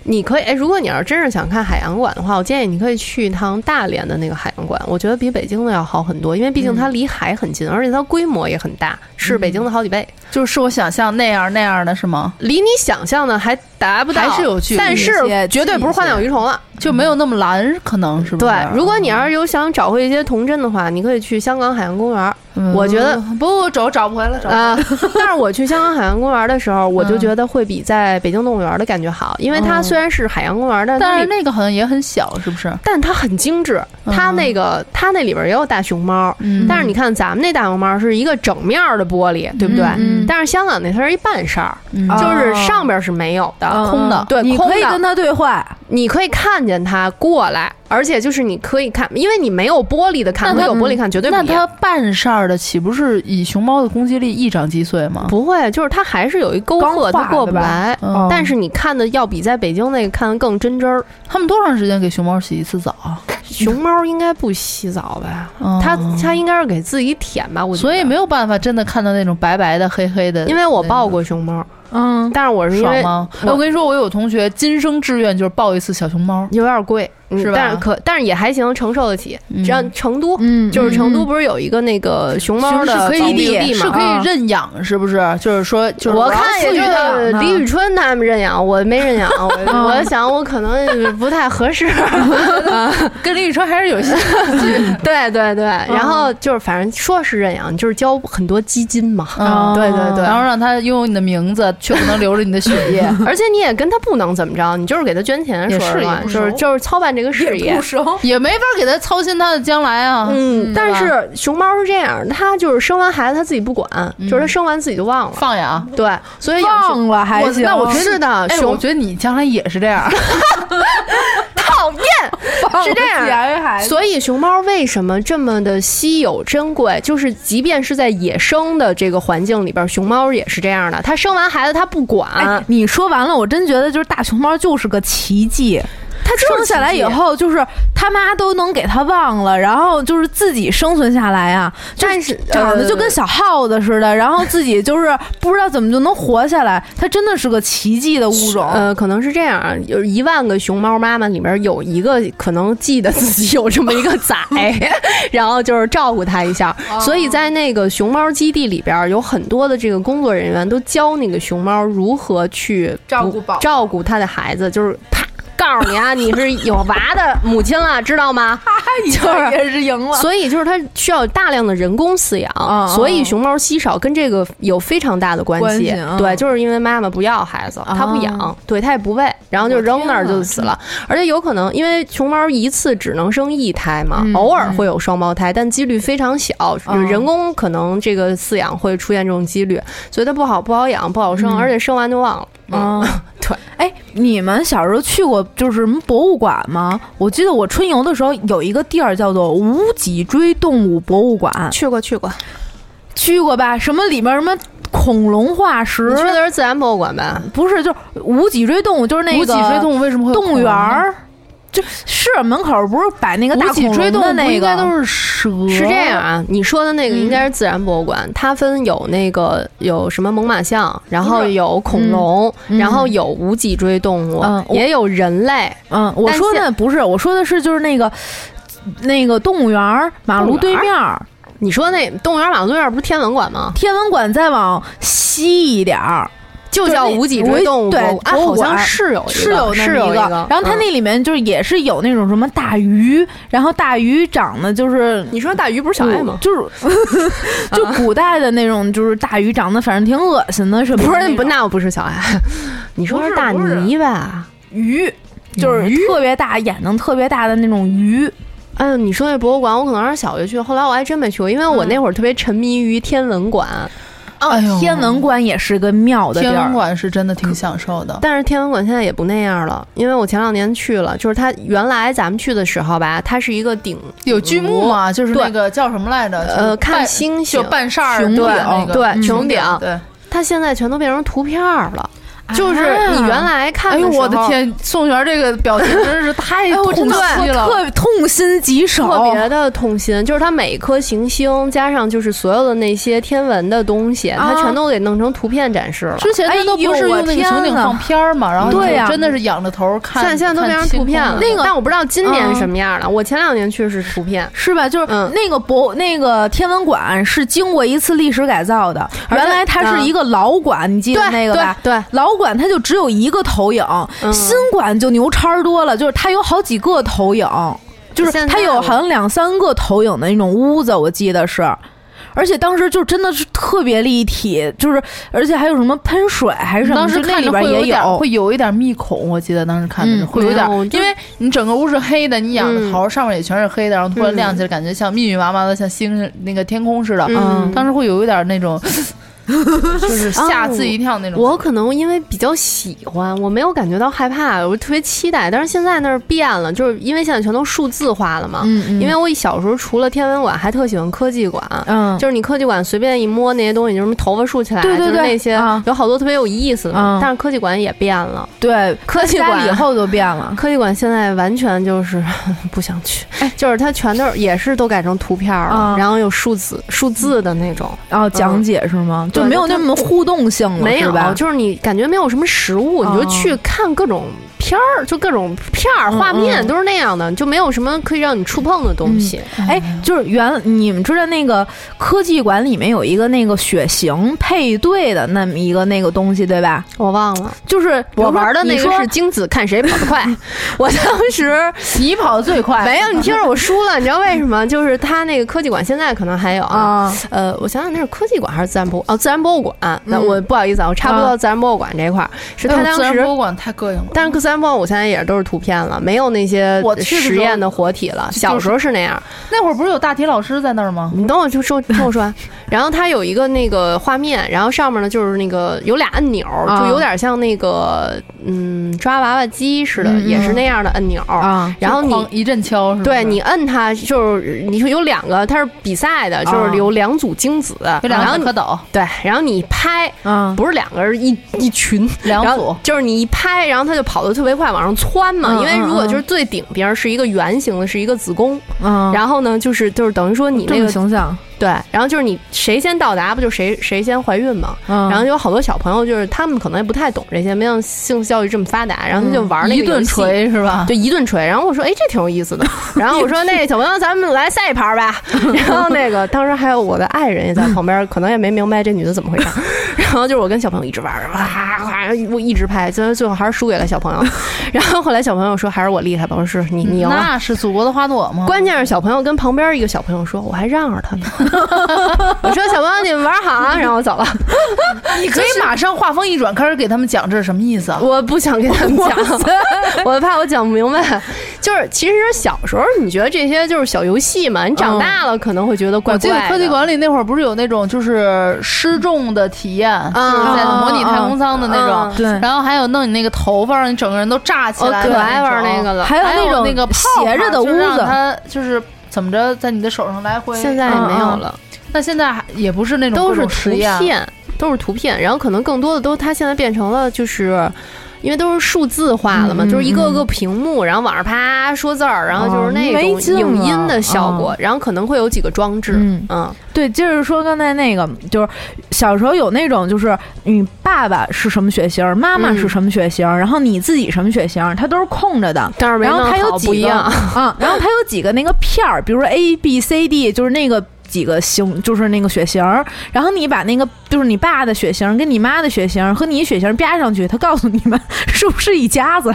G: 你可以，哎，如果你要是真是想看海洋馆的话，我建议你可以去一趟大连的那个海洋馆，我觉得比北京的要好很多，因为毕竟它离海很
D: 嗯
G: 近，而且它规模也很大，是北京的好几倍，
D: 就是我想象那样那样的是吗？
G: 离你想象的还达不到，
D: 还是有距离嗯
G: 但是
B: 一些
G: 绝对不是花鸟鱼虫了。
D: 就没有那么蓝，可能是不
G: 对
D: 是？，
G: 如果你要是有想找回一些童真的话，你可以去香港海洋公园。
D: 嗯
G: 我觉得
D: 不找找不回来，找不回来
G: 啊、 但是我去香港海洋公园的时候，我就
D: 嗯
G: 觉得会比在北京动物园的感觉好，因为它
D: 嗯
G: 虽然是海洋公园，但它
D: 但
G: 里
D: 是那个好像也很小，是不是？
G: 但它很精致，
D: 嗯
G: 它那个、它那里边也有大熊猫，
D: 嗯
G: 但是你看咱们那大熊猫是一个整面儿的玻璃，对不对？
B: 嗯嗯
G: 但是香港那它是一半扇儿，
D: 嗯
B: 啊
G: 就是上边是没有的，
D: 空的
G: 对
B: 你
G: 空
B: 可以
G: 的
B: 跟他嗯对话，
G: 你可以看见它过来，而且就是你可以看，因为你没有玻璃的看，
D: 那
G: 和
D: 它
G: 有玻璃看绝对不
D: 那
G: 一
D: 它。
G: 样
D: 半扇儿的岂不是以熊猫的攻击力一掌击碎吗？
G: 不会，就是它还是有一沟壑，
B: 刚画
G: 它过不
B: 的吧
G: 来。
D: 嗯
G: 但是你看的要比在北京那个看的更真真儿。
D: 他们多长时间给熊猫洗一次澡啊？
G: 熊猫应该不洗澡吧？
D: 嗯
G: 它它应该是给自己舔吧？我觉得
D: 所以没有办法真的看到那种白白的、黑黑的。
G: 因为我抱过熊猫，
B: 嗯，
G: 但是我是因
D: 爽
G: 为
D: 吗？哎
G: 我
D: 我跟你说，我有同学今生志愿就是抱一次小熊猫，
G: 有点贵，嗯
D: 是吧
G: 但是可但是也还行，承受得起。
D: 嗯
G: 只要成都，
B: 嗯，
G: 就是成都
B: 嗯
G: 不是有一个那个熊猫
D: 是
G: 的
D: 可
G: 保护
D: 以
G: 地
D: 是
G: 嘛？
D: 可
B: 啊
D: 以认养，是不是？就是说，啊就是
G: 我
D: 要
G: 看也
D: 赐予
G: 就
D: 它
G: 是
D: 养
G: 李
D: 呢
G: 宇春他们认养，我没认养， 我
B: 啊
D: 嗯
G: 我想我可能不太合适。
D: 跟李宇春还是有些
G: 对对对，
D: 嗯
G: 然后就是反正说是认养，就是交很多基金嘛。
D: 嗯
G: 对对对
D: 然后让他拥有你的名字，却不能留着你的血 液。
G: 而且你也跟他不能怎么着，你就是给他捐钱，
D: 也
G: 说
D: 是
G: 实话，
D: 也不
G: 就是
D: 熟
G: 就是操办这个事业
B: 不。熟，
D: 也没法给他操心他的将来啊。
G: 嗯，但
D: 对
G: 是熊猫是这样，它就是生完孩子它自己不管，就是它生完自己就忘了。
D: 放养，
G: 对，所以养熊
B: 忘了哦还行。
D: 那我觉得
G: 是的，
D: 哎，我
G: 熊
D: 觉得你将来也是这 样。
G: 讨厌。 是这样
B: 样
G: 所以熊猫为什么这么的稀有珍贵？就是即便是在野生的这个环境里边，熊猫也是这样的。它生完孩子它不管，
B: 哎，你说完了，我真觉得就是大熊猫就是个奇迹。
G: 它就是
B: 生下来以
G: 奇迹，
B: 后，就是他妈都能给它忘了，然后就是自己生存下来啊，就
G: 但是
B: 长得
G: 呃
B: 就跟小耗子似的，然后自己就是不知道怎么就能活下来，它真的是个奇迹的物种。
G: 呃，可能是这样，有一万个熊猫妈妈里面有一个可能记得自己有这么一个 崽，然后就是照顾它一下。
D: 哦
G: 所以在那个熊猫基地里边，有很多的这个工作人员都教那个熊猫如何去
D: 照
G: 不
D: 顾宝宝
G: 照顾它的孩子，就是啪。告诉你啊，你是有娃的母亲了，知道吗？
D: 哎
G: 就是
B: 也是赢了。
G: 所以就是它需要大量的人工饲养，
B: 嗯
G: 所以熊猫稀少跟这个有非常大的关
B: 关
G: 系。
B: 系嗯啊
G: 对，就是因为妈妈不要孩子，它不养，对它也不喂，然后就扔那儿就死了。而且有可能因为熊猫一次只能生一胎嘛，
B: 嗯
G: 偶尔会有双胞胎，但几率非常小，就是人工可能这个饲养会出现这种几率，所以它不好不好养，不好生，而且生完就忘了。
B: 嗯，
G: 对。
B: 哎，你们小时候去过就是什么博物馆吗？我记得我春游的时候有一个地儿叫做无脊椎动物博物馆，
G: 去过去过，
B: 去过吧？什么里面什么恐龙化石
G: 你？去的是自然博物馆呗？
B: 不是，就是无脊椎动物，就是那
D: 无
B: 个
D: 脊椎动物为什么会有
B: 动物
D: 恐龙
B: 园
D: 呢？
B: 儿，就是门口不是摆那个大
D: 无脊
B: 恐
D: 椎
B: 龙
D: 动物
B: 的
D: 不
B: 那
D: 应该
B: 个？
D: 都是蛇？
G: 是这样啊，你说的那个应该是自然博物馆，它分有那个有什么猛犸象，然后有恐龙，
B: 嗯
G: 然后有无脊椎动物，
B: 嗯我
G: 也有人类。
B: 嗯，我
G: 但
B: 说
G: 现
B: 的不是，我说的是就是那个那个动物园儿马
G: 动物
B: 路
G: 园
B: 对
G: 儿
B: 面儿，
G: 你说那动物园马路对面不是天文馆吗？
B: 天文馆再往西一点儿。
G: 就叫无脊椎动物
B: 对
G: 博物，哎，
B: 博物
G: 好像
B: 馆
G: 是有一个
B: 是有那
G: 是
B: 么
G: 有
B: 一
G: 个，嗯
B: 然后它那里面就是也是有那种什么大鱼，然后大鱼长得就是
G: 嗯。你说大鱼不是小爱吗？
B: 就是 就古代的那种，就是大鱼长得反正挺恶心的，什么
G: 不
B: 的
G: 是，不
B: 种
G: 那我不是小爱， 你说
B: 不是
G: 大
B: 不是
G: 泥吧？
B: 鱼，就是特别大眼睛特别大的那种鱼。
G: 哎呦，你说那博物馆，我可能是小学去，后来我还真没去过，因为我那会儿特别沉迷于天文馆，哦
D: 哎呦，
B: 天文馆也是个妙的地
D: 天文
B: 儿，
D: 馆是真的挺享受的。
G: 但是天文馆现在也不那样了，因为我前两年去了，就是它原来咱们去的时候吧，它是一个顶
D: 有剧目吗？就是
G: 对
D: 那个叫什么来着？
G: 呃
D: 就是
G: 看
D: 半
G: 星星
D: 就半扇儿那
B: 穹顶
D: 个那个
G: 对
D: 嗯
G: 穹顶
D: 对。
G: 它现在全都变成图片儿了，就是
B: 啊
G: 你原来看
D: 哎
G: 的时
D: 呦，
G: 候，
D: 我的，天！宋璇这个表情真是太
B: 哎，
D: 痛
B: 我真的
D: 惜了，
B: 特别痛心疾首，
D: 啊
G: 特别的痛心，就是它每一颗行星加上就是所有的那些天文的东西，
B: 啊
G: 它全都给弄成图片展示了。
D: 之前他都不是用那个穹顶放片儿嘛，然后就
B: 对呀
D: 真的是仰着头看，
G: 现在现在都变成
D: 看
G: 图片
D: 天
G: 了
D: 空，嗯
B: 那个
G: 但我不知道今年是什么样了。我前两年去是图片，
B: 是吧？就是
G: 嗯
B: 那个博、那个天文馆是经过一次历史改造的，
G: 而且嗯
B: 原来它是一个老馆，你记得
G: 对
B: 那个吧？
G: 对对
B: 老馆它就只有一个投影，
G: 嗯
B: 新馆就牛叉儿多了，就是它有好几个投影，就是
G: 现在
B: 它有
G: 我
B: 好像两三个投影的那种屋子，我记得是。而且当时就真的是特别立体，就是而且还有什么喷水还是什么，
D: 当时
B: 就那
D: 看
B: 里
D: 着
B: 边
D: 会有
B: 也
D: 一点会有一点密孔，我记得当时看着
B: 嗯
D: 是会有一点
G: 没有我，就
D: 因为你整个屋是黑的，你仰着头，上面也全是黑的，然后突然亮起来，感觉像密密麻麻的，像星星那个天空似的。
G: 嗯
D: 当时会有一点那 种，就是吓
G: 哦
D: 自己一跳那种。
G: 我可能因为比较喜欢，我没有感觉到害怕，我特别期待。但是现在那儿变了，就是因为现在全都数字化了嘛。
B: 嗯嗯，
G: 因为我小时候除了天文馆，还特喜欢科技馆。
B: 嗯
G: 就是你科技馆随便一摸那些东西，就是什么头发竖起来，
B: 对对
G: 就是
B: 对
G: 那些、
B: 啊
G: 有好多特别有意思的。
B: 啊
G: 但是科技馆也变了，
B: 对
G: 科技
B: 家
G: 馆
B: 里以后就变了，
G: 科技馆现在完全就是 不想去，
B: 哎
G: 就是它全都是也是都改成图片了，
B: 啊
G: 然后有数字数字的那种，
B: 然后哦讲解是吗？
G: 嗯
B: 就
G: 对
B: 没有
G: 它
B: 那么互动性了，
G: 没
B: 嗯是
G: 有
B: 吧？
G: 就是你感觉没有什么实物，你就
B: 哦
G: 去看各种片儿，就各种片儿、
B: 嗯
G: 画面
B: 嗯
G: 都是那样的，就没有什么可以让你触碰的东西。
B: 哎，就是原你们知道那个科技馆里面有一个那个血型配对的那么一个那个东西，对吧？
G: 我忘了，
B: 就是比如
G: 我
B: 说
G: 玩的那
B: 你
G: 个
B: 说
G: 是精子，看谁跑得快。我当时
D: 你跑得最快，
G: 没有，你听着，我输了，你知道为什么？就是他那个科技馆现在可能还有啊。
B: 啊，
G: 呃，我想想那是科技馆还是自然博物哦，自然博物馆。那、
B: 嗯
G: 我不好意思啊，我插播
D: 啊
G: 到自然博物馆这块儿，是他
D: 哎呦
G: 当
D: 自然
G: 时
D: 博物馆太膈应了。
G: 但是自然博物馆现在也都是图片了，没有那些
D: 我去的时候
G: 实验的活体了。
D: 就是
G: 小时候是那样，
D: 那会儿不是有大体老师在那儿吗？
G: 你等我就说听我说 完。然后它有一个那个画面，然后上面呢就是那个有俩按钮，
B: 啊
G: 就有点像那个嗯抓娃娃机似的，
B: 嗯
G: 也是那样的按钮。
B: 啊
G: 然后你
D: 就哐一阵敲，
B: 嗯
D: 是吧？
G: 对你摁它，就是你说有两个，它是比赛
B: 啊
G: 的，就是有两组精子，
D: 有两个
G: 然后
D: 小
G: 你
D: 蝌蚪，
G: 对，然后你拍，
B: 啊，
G: 不是两个人一
B: 嗯
G: 一群，
D: 两
G: 然
D: 组
G: 后。就是你一拍，然后它就跑得特别快，往上窜嘛。
B: 嗯
G: 因为如果
B: 嗯嗯
G: 就是最顶边是一个圆形的，是一个子宫，
B: 嗯，
G: 然后呢，就是就是等于说你那
B: 这么
G: 个
B: 形象，
G: 对，然后就是你谁先到达，不就谁谁先怀孕嘛。
B: 嗯，
G: 然后有好多小朋友，就是他们可能也不太懂这些，没有性教育这么发达，然后他就玩那
D: 嗯
G: 个
D: 一顿
G: 游戏，
D: 锤是吧？
G: 就一顿锤。然后我说，哎，这挺有 意思的。然后我说，那小朋友，咱们来赛一盘吧。然后那个当时还有我的爱人也在旁边，可能也没明白这女的怎么回事。然后就是我跟小朋友一直玩，哇哇，我一直拍，最后最后还是输给了小朋友。然后后来小朋友说，还是我厉害吧。我说是你你赢了。
D: 那是祖国的花朵吗？
G: 关键是小朋友跟旁边一个小朋友说：“我还让 着他呢。”我说：“小朋友，你们玩好啊！”然后我走了，
D: 你可以马上话锋一转，开始给他们讲这是什么意思啊？
G: 我不想给他们讲， 我怕我讲不明白。就是其实小时候你觉得这些就是小游戏嘛，你长大了可能会觉得怪
D: 我记得
G: 怪
D: 科技
G: 的。
D: 馆里那会儿不是有那种就是失重的体验，
G: 啊
D: 就是在模拟太空舱的那种，
B: 对，
D: 然后还有弄你那个头发，让你整个人都炸起
G: 我
D: 来的
G: 嗯哦可
D: 种。
G: 爱玩那个了，
B: 还有
D: 还有
B: 种
D: 那个泡泡
B: 斜着的屋
D: 就是让
B: 子，
D: 它就是怎么着在你的手上来回。
G: 现在也没有
B: 嗯嗯
G: 了，
D: 那现在还也不是那种
G: 都
D: 各
G: 是
D: 种
G: 图
D: 实验，
G: 片，都是图片，然后可能更多的都它现在变成了就是。因为都是数字化了嘛，
B: 嗯
G: 就是一个个屏幕，然后往上啪说字儿，然后就是那
B: 哦没
G: 种
B: 劲了
G: 影音的效果，然后可能会有几个装置，
B: 嗯
G: 嗯，
B: 对，接着说刚才那个，就是小时候有那种，就是你爸爸是什么血型，妈妈
G: 嗯
B: 是什么血型，然后你自己什么血型，它都是空着的。
G: 但是没
B: 然
G: 弄
B: 后它有
G: 好
B: 几
G: 不一
B: 个
G: 样，
B: 啊， 然后它有几个那个片儿，比如说 A B C D，就是那个几个型，就是那个血型儿。然后你把那个就是你爸的血型跟你妈的血型和你血型啪上去，它告诉你们 是不是一家子。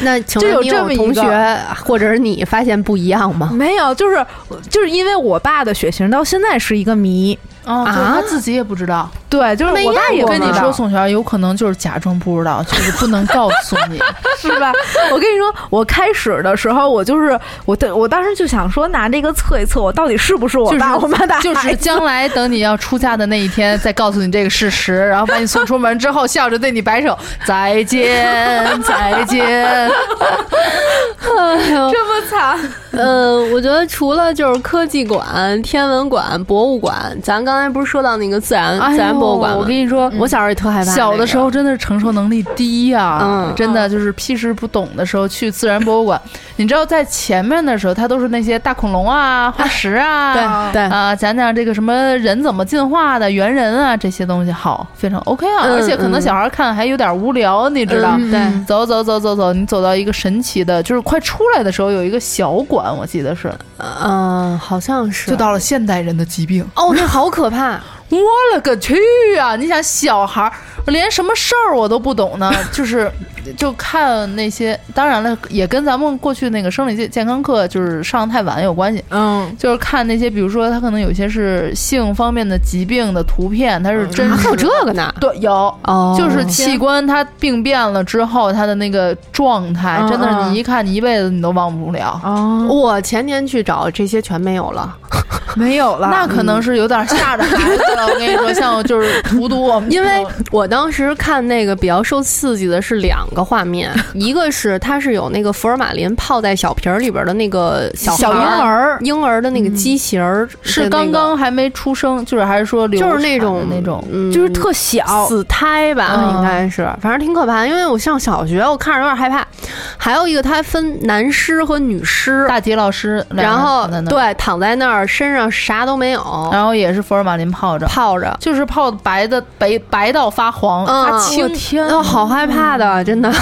G: 那请
B: 就有
G: 问你
B: 这么一个
G: 同学或者是你发现不一样 吗？
B: 没有，就是就是因为我爸的血型到现在是一个谜。
D: 哦，就是
G: 啊
D: 他自己也不知道。
B: 对，就是
G: 没
B: 我爸
G: 验
B: 也
G: 过
B: 不
D: 跟
B: 知
D: 你
B: 道
D: 说， 宋璇有可能就是假装不知道，就是不能告诉 你。
B: 是吧？我跟你说，我开始的时候，我就是我的，我当时就想说拿这个测一测，我到底是不是我爸、
D: 就是
B: 我妈的孩子
D: 就是将来等你要出嫁的那一天，再告诉你这个事实，然后把你送出门之后，笑着对你摆手，再见，再见。
B: 这么 惨，
G: 呃，我觉得除了就是科技馆、天文馆、博物馆，咱刚才不是说到那个自然、
D: 哎呦
G: 自然博物馆吗？
D: 我跟你说，
G: 我小时候也特害嗯怕那个，
D: 小的时候真的是承受能力低啊呀、
G: 嗯
D: 真的就是屁事不懂的时候去自然博物 馆，你知道在前面的时候，它都是那些大恐龙啊、化石啊，
G: 对对
D: 啊，讲讲这个什么人怎么进化的、猿人啊这些东西，好，非常 OK 啊，
G: 嗯
D: 而且可能小孩看还有点无聊，你知道。
G: 嗯对。
D: 走走走走走，你走到一个神奇的，就是快出来的时候有一个小馆，我记得是，
G: 嗯，好像是。
D: 就到了现代人的疾病。
G: 哦，那好可怕！
D: 我勒个去啊！你想小孩儿连什么事儿我都不懂 呢，就是就看那些，当然了，也跟咱们过去那个生理健健康课就是上太晚有关系。
B: 嗯，
D: 就是看那些，比如说他可能有些是性方面的疾病的图片，它是真
G: 啊，还
D: 实的。
G: 有这个呢？
D: 对，有
G: 哦
D: 就是器官它病变了之后，它的那个状态，
B: 嗯
D: 真的是
B: 嗯
D: 你一看，你一辈子你都忘不 了。
B: 哦，
G: 我前年去找，这些全没有了，
B: 没有了，
D: 那可能是有点吓着孩子了。我跟你 说，像就是荼毒我们，
G: 因为我当时看那个比较受刺激的是两个画 面，一个是它是有那个福尔马林泡在小瓶儿里边的那个小
D: 小婴
G: 孩儿
D: 儿嗯
G: 婴儿的那个畸形儿的那个
D: 是刚刚还没出生，就是还是说流
G: 就是
D: 产
G: 那
D: 的
G: 种
D: 那种，哦
G: 嗯
B: 就是特小，
G: 死胎吧，
D: 嗯
G: 应该是，反正挺可怕的。因为我上小学，我看着有点害怕。还有一个，它分男尸和女尸，
D: 大吉老师，两
G: 然
D: 个
G: 后
D: 躺在那儿，
G: 对躺在那儿，嗯身上啥都没有，
D: 然后也是福尔马林泡着，
G: 泡着，
D: 就是泡白的白白到发黄，
G: 嗯
D: 发青
G: 我
D: 天
G: 哦，好害怕的，真的。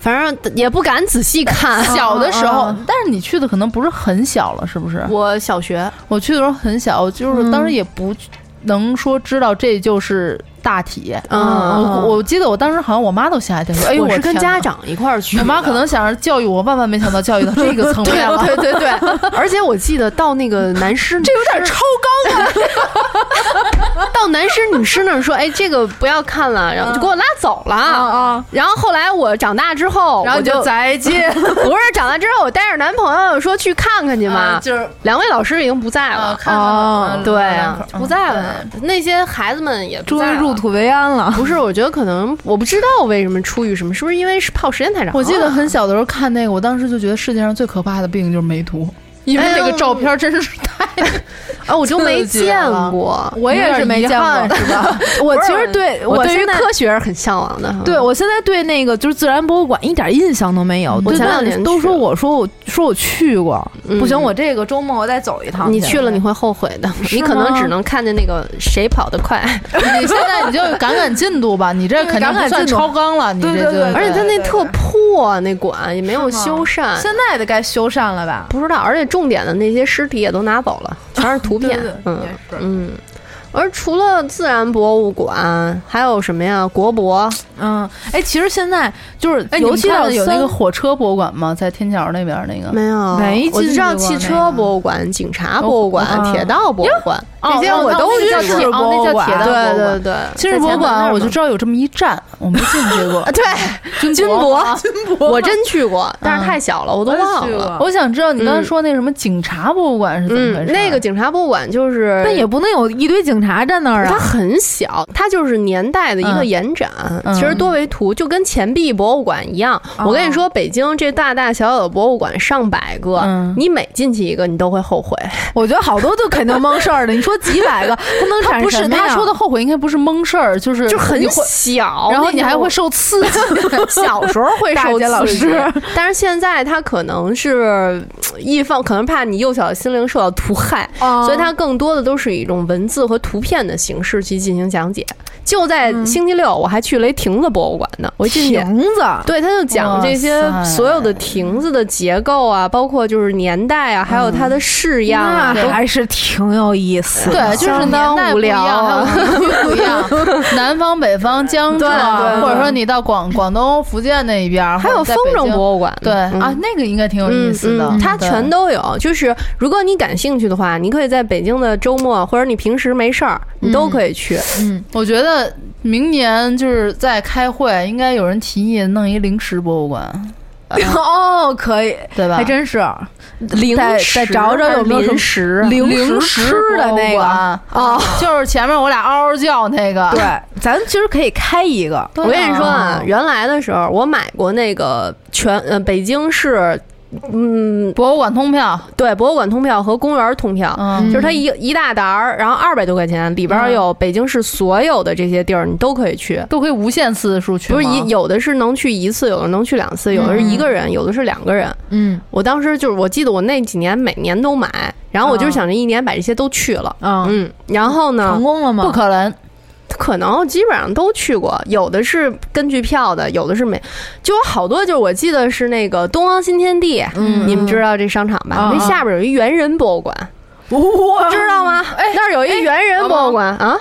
G: 反正也不敢仔细看。
D: 小的时候
G: 嗯
B: 啊，
D: 但是你去的可能不是很小了，是不是？
G: 我小学
D: 我去的时候很小，就是当
G: 嗯
D: 时也不能说知道这就是大体。
G: 嗯
D: 我我记得我当时好像我妈都吓一跳，说：“哎呦，
G: 我是跟
D: 天哪
G: 家。长一块儿去的，
D: 我妈可能想着教育我，万万没想到教育到这个层面了。
G: 对对对 对，而且我记得到那个男师，这有点超纲啊。到男师女师那儿说，哎，这个不要看了，然后就给我拉走了。
B: 啊！
G: 然后后来我长大之嗯后，
D: 然后
G: 我
D: 你就
G: 就
D: 再 见
G: 不是长大之后，我带着男朋友说去看看去嘛。
D: 就是
G: 两位老师已经不在了，
D: 哎看
B: 哦
D: 看
G: 啊对
D: 啊，，
G: 不在了。那些孩子们也不
B: 终
G: 在
B: 于
G: 了
B: 入。土为安了。
G: 不是，我觉得可能我不知道为什么出于什么，是不是因为是泡时间太长了？
D: 我记得很小的时候看那个，我当时就觉得世界上最可怕的病就是梅毒，因为那个照片真是太……
G: 啊，我就没
D: 刺激
G: 见
D: 了
G: 过。
B: 我也是没见过，是吧？我其实对
G: 我对
B: 现
G: 于
B: 在嗯
G: 科学是很向往的。
B: 对，我现在对那个就是自然博物馆一点印象都没有。
D: 嗯
B: 对
G: 我前
B: 但
G: 两年
B: 都
G: 去
B: 说
G: 了
B: 我说我说我去过，
G: 嗯
B: 不行，我这个周末我再走一趟。
G: 你去了你会后悔的，
B: 是
G: 你可能
B: 吗
G: 只能看见那个谁跑得快，
D: 你现在你就赶赶进度吧，你这肯定不
B: 赶赶
D: 算
B: 进度
D: 超纲了，你这
B: 对
D: 就
B: 对对
G: 而且它
B: 对
G: 那特破，那馆也没有
B: 是吗
G: 修缮，
B: 现在得该修缮了吧？
G: 不知道，而且重点的那些尸体也都拿走了，全是图片
B: 对对，对
G: 嗯
B: 也是
G: 嗯。而除了自然博物馆，还有什么呀？国博，
B: 嗯，哎，其实现在就是，
D: 哎，你
B: 尤
D: 们
B: 其
D: 看
B: 到
D: 了有那
B: 三
D: 个火车博物馆吗？在天桥那边那个，
G: 没有，
B: 没
G: 我就
B: 进
G: 知道
B: 去过
G: 汽
B: 那
G: 车
B: 个
G: 博物馆、警察博物馆、
B: 我
G: 铁道博物馆，
D: 哦
G: 这些
D: 哦
G: 我
D: 哦
G: 都
D: 那个
G: 去
D: 叫铁
G: 过
D: 哦那叫铁道
G: 对
D: 博物
G: 对
D: 馆
G: 对，
D: 今日
G: 在
D: 博物
G: 前门那
D: 馆
G: 儿
D: 我就
G: 嘛
D: 知道有这么一站，我没进去过。
G: 啊，对，
D: 军
G: 军
D: 博嗯
G: 博，我真去过，但是太小了，我都忘
B: 去
G: 了。
B: 过
D: 我想知道你刚才
G: 嗯
D: 说那什么警察博物馆是怎么
G: 嗯
D: 回，事？啊
G: 那个警察博物馆就是，
B: 但也不能有一堆警察站那儿
G: 它
B: 啊。
G: 很小，它就是年代的一个延展，
D: 嗯哦
G: 其实多维图就跟钱币博物馆一样。我跟你说，北京这大大小小的博物馆上百个，
D: 嗯
G: 你每进去一个，你都会后悔。
B: 我觉得好多就肯定蒙事儿的。你说几百个，他能
D: 他
B: 产
D: 不是
B: 什么呀
D: 他说的后悔，应该不是蒙事儿，就是
G: 就很
D: 你会
G: 小，
D: 然后你
G: 那
D: 还
G: 种
D: 会受刺激。
G: 小时候会
B: 大
G: 受
B: 姐老
G: 刺激
B: 师，
G: 但是现在他可能是呃一方可能怕你幼小的心灵受到毒害，
B: 哦
G: 所以它更多的都是以一种文字和图片的形式去进行讲解。就在星期六，我还去了一亭子博物馆呢，我一进去。
B: 瓶子，
G: 对，他就讲这些
D: 哇塞
G: 所有的亭子的结构啊，包括就是年代啊，还有它的式样啊，
D: 嗯
B: 那
G: 都
B: 还是挺有意思的。
D: 对，就是
G: 相
D: 年
G: 当
D: 代
G: 无
D: 不一
G: 聊
D: 样，
G: 啊
D: 还有地区不一样， 南方、北方、江浙，啊
G: 对对
D: 或者
G: 对
D: 说你到广广东、福建那一边儿，
G: 还有风筝
D: 物
G: 博物馆，
D: 对
G: 嗯
D: 啊，那个应该挺有意
G: 嗯
D: 思的
G: 嗯，它
D: 对
G: 全都有。就是如果你感兴趣的话，你可以在北京的周末，或者你平时没事儿，你都可以去。
D: 嗯我觉得明年就是在开会，应该有人提议弄一零食博物 馆，
B: 哦，可以，
D: 对吧？
B: 还真是
G: 零
B: 再再找找有没有什么
G: 零食啊？
B: 零
D: 零
B: 食
D: 食
B: 吃的那个。
D: 个，
G: 哦，
D: 就是前面我俩嗷嗷叫那个。
B: 对，咱其实可以开一个。
D: 对
G: 我跟你说啊
D: 啊，
G: 原来的时候我买过那个全呃北京市，嗯，
D: 博物馆通票，
G: 对，博物馆通票和公园通票。
D: 嗯，
G: 就是它一一大沓儿，然后二百多块钱，里边儿有北京市所有的这些地儿，你都可以去。
D: 都可以无限次数去
G: 不
D: 吗，
G: 是一有的是能去一次，有的能去两次，有的是一个人，有的是两个人。
B: 嗯
G: 我当时就是，我记得我那几年每年都买，然后我就是想着一年把这些都去了。
B: 啊，
G: 嗯，然后呢
B: 成，功了吗？
D: 不可能。
G: 可能基本上都去过，有的是根据票的，有的是没，就有好多就是我记得是那个东方新天地，
B: 嗯
G: 你们知道这商场吧？
B: 嗯
G: 那下边有一猿人博物馆，哦
B: 哇，
G: 知道吗？那儿有一猿人博物馆啊，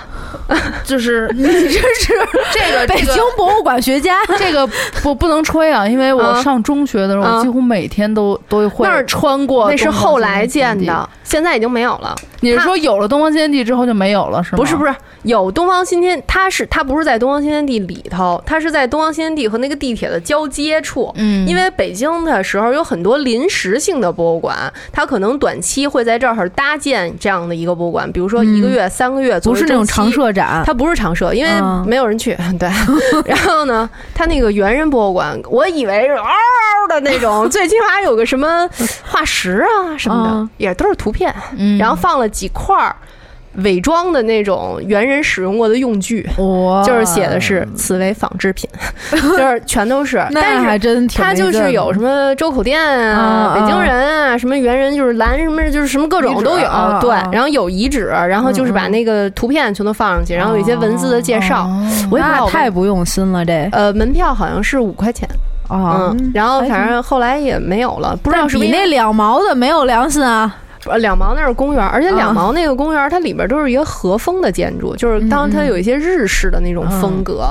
D: 就是
B: 你这是
D: 这个
B: 北京博物馆学家。
D: 这个不不能吹啊，因为我
G: 啊
D: 上中学的时候，
G: 啊
D: 我几乎每天都都会
G: 那儿
D: 穿过。
G: 那是后来建的，，现在已经没有了。
D: 你是说有了东方新天地之后就没有了是吗？
G: 不是不是，有东方新天，它是它不是在东方新天地里头，它是在东方新天地和那个地铁的交接处。
D: 嗯，
G: 因为北京的时候有很多临时性的博物馆，它可能短期会在这儿搭建这样的一个博物馆，比如说一个月、三个月，
B: 嗯不是那种常。设展，
G: 它不是常设，因为
B: 嗯
G: 没有人去。 对，然后呢，它那个猿人博物馆，我以为是嗷嗷的那种，最起码有个什么化石啊什么的，
B: 嗯
G: 也都是图片，
D: 嗯
G: 然后放了几块儿伪装的那种猿人使用过的用具，
B: 哇。
G: 就是写的是此为仿制品， 就是全都是
B: 嗯 那
G: 但
B: 还
G: 是
B: 真挺
G: 它
B: 没劲
G: 就
B: 儿的，
G: 是有什么周口店啊、
B: 啊
G: 北京
B: 啊
G: 人啊、什么猿人，就是蓝什么，就是什么各
B: 遗
G: 种
B: 址
G: 都有。
B: 啊
G: 对
B: 啊，
G: 然后有遗址，然后就是把那个图片全都放上去，然后有
D: 哦
G: 一些文字的介绍。我也不知道
B: 哦
G: 我
B: 那
G: 们
B: 太不用心了，这
G: 呃，门票好像是五块钱，
B: 啊，
G: 嗯，然后
B: 还
G: 反正后来也没有了，不知道
B: 但
G: 是
B: 是
G: 不
B: 比
G: 是因
B: 那
G: 为
B: 两毛的没有良心啊！
G: 呃两毛那是公园，而且
B: 啊
G: 两毛那个公园它里边都是一个和风的建筑，就是当它
B: 嗯嗯
G: 有一些日式的那种风格。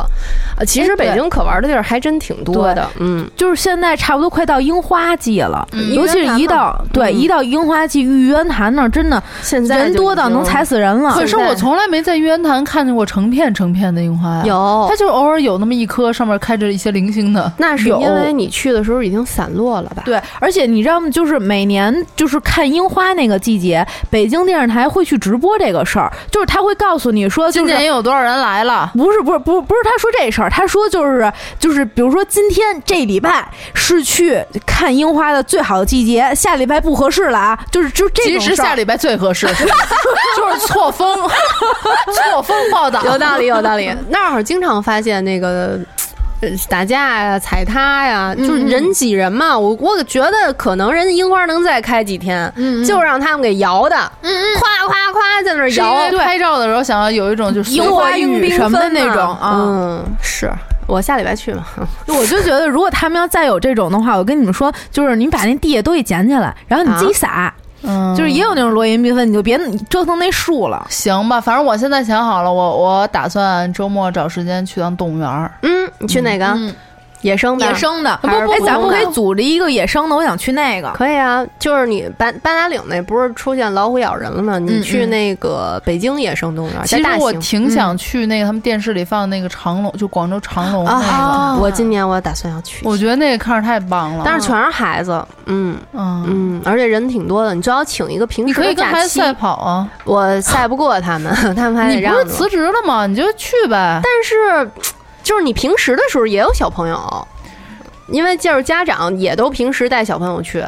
G: 呃，其实
B: 哎对
G: 北京可玩的地儿还真挺多的，嗯，
B: 就是现在差不多快到樱花季了，
D: 嗯
B: 尤其是一到对、
G: 嗯
B: 一到樱花季，玉渊潭那儿真的
G: 现在
B: 人
G: 就
B: 多到
G: 已经
B: 能踩死人了。
D: 可是
G: 现在
D: 我从来没在玉渊潭看见过成片成片的樱花呀，，
G: 有
D: 它，就是偶尔有那么一棵上面开着一些零星的，
G: 那是因
B: 有
G: 为你去的时候已经散落了吧？
B: 对，而且你知道吗？就是每年就是看樱花那个季节，北京电视台会去直播这个事儿，就是他会告诉你说，
D: 今
B: 就是
D: 年有多少人来了？
B: 不是不是不是不是他说这事儿，他说就是就是，比如说今天这礼拜是去看樱花的最好的季节，下礼拜不合适了啊，就是就这
D: 其
B: 种
D: 实
B: 事
D: 下
B: 儿。
D: 礼拜最合适， 就是错峰，错峰报道。
G: 有道理，有道理。 那儿经常发现那个。呃打架呀、踩踏呀，就是人挤人嘛。我我觉得可能人家樱花能再开几天，
D: 嗯
B: 嗯
G: 就让他们给摇的，夸夸夸在那儿
D: 是因
G: 摇。
D: 为拍照的时候想要有一种就是
B: 樱花
D: 雨
B: 雨
D: 什
B: 什
D: 么
B: 么
D: 的
B: 的
D: 那
B: 那
D: 种
B: 种
D: 啊，
G: 嗯，是我下礼拜去嘛。
B: 我就觉得，如果他们要再有这种的话，我跟你们说，就是你把那地下都给捡起来，然后你自己撒，
D: 嗯
B: 就是也有那种落叶缤纷，你就别折腾那树了。
D: 行吧，反正我现在想好了，我我打算周末找时间去趟动物园儿。
G: 嗯，你去哪个？
B: 嗯
G: 野生吧。
B: 野生的，
G: 不不
B: 哎，咱
G: 不
B: 们可
G: 不
B: 以组织一个野生的，我想去那个。
G: 可以啊，就是你八八达岭那不是出现老虎咬人了吗？你
B: 嗯
G: 去
B: 嗯
G: 那个北京野生动物园，
D: 其
G: 啊在
D: 实
G: 大
D: 我
G: 兴嗯
D: 挺想去那个他们电视里放那个长隆，就广州长隆那个，
G: 啊，我今年我打算要去，
D: 我觉得那个看着太棒了。
G: 但是全是孩子，嗯
D: 嗯，
G: 嗯，而且人挺多的，你最好请一个平
D: 你
G: 时
D: 可以
G: 的
D: 跟
G: 假
D: 孩子
G: 期。
D: 赛跑啊，
G: 我赛不过他们， 他们还得
D: 你
G: 让
D: 不
G: 着我
D: 是辞职了吗？你就去呗。
G: 但是就是你平时的时候也有小朋友，因为就是家长也都平时带小朋友去。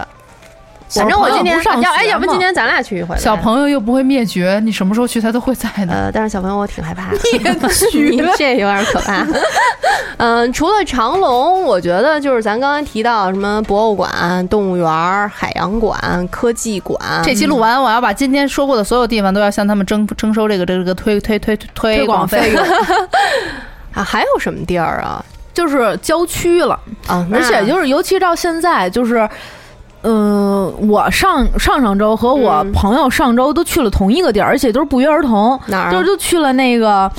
G: 反正我今天
D: 小朋友不上学
G: 要哎，要不
D: 吗
G: 今天咱俩去一回吧
D: 小朋友又不会灭绝，你什么时候去他都会在的。
G: 呃，但是小朋友我挺害怕的， 你这有点可怕。嗯，除了长隆，我觉得就是咱刚才提到什么博物馆、动物园儿、海洋馆、科技馆，
D: 这期录完，我要把今天说过的所有地方都要向他们征征收这个这个这个推推推推
B: 推广
D: 费
B: 费用
G: 啊还有什么地儿啊？
B: 就是郊区了，
G: 啊，
B: 而且就是尤其到现在，就是，嗯、我上上上周和我
G: 嗯
B: 朋友上周都去了同一个地儿，而且都是不约而同，
G: 哪儿啊？
B: 就是都去了那个，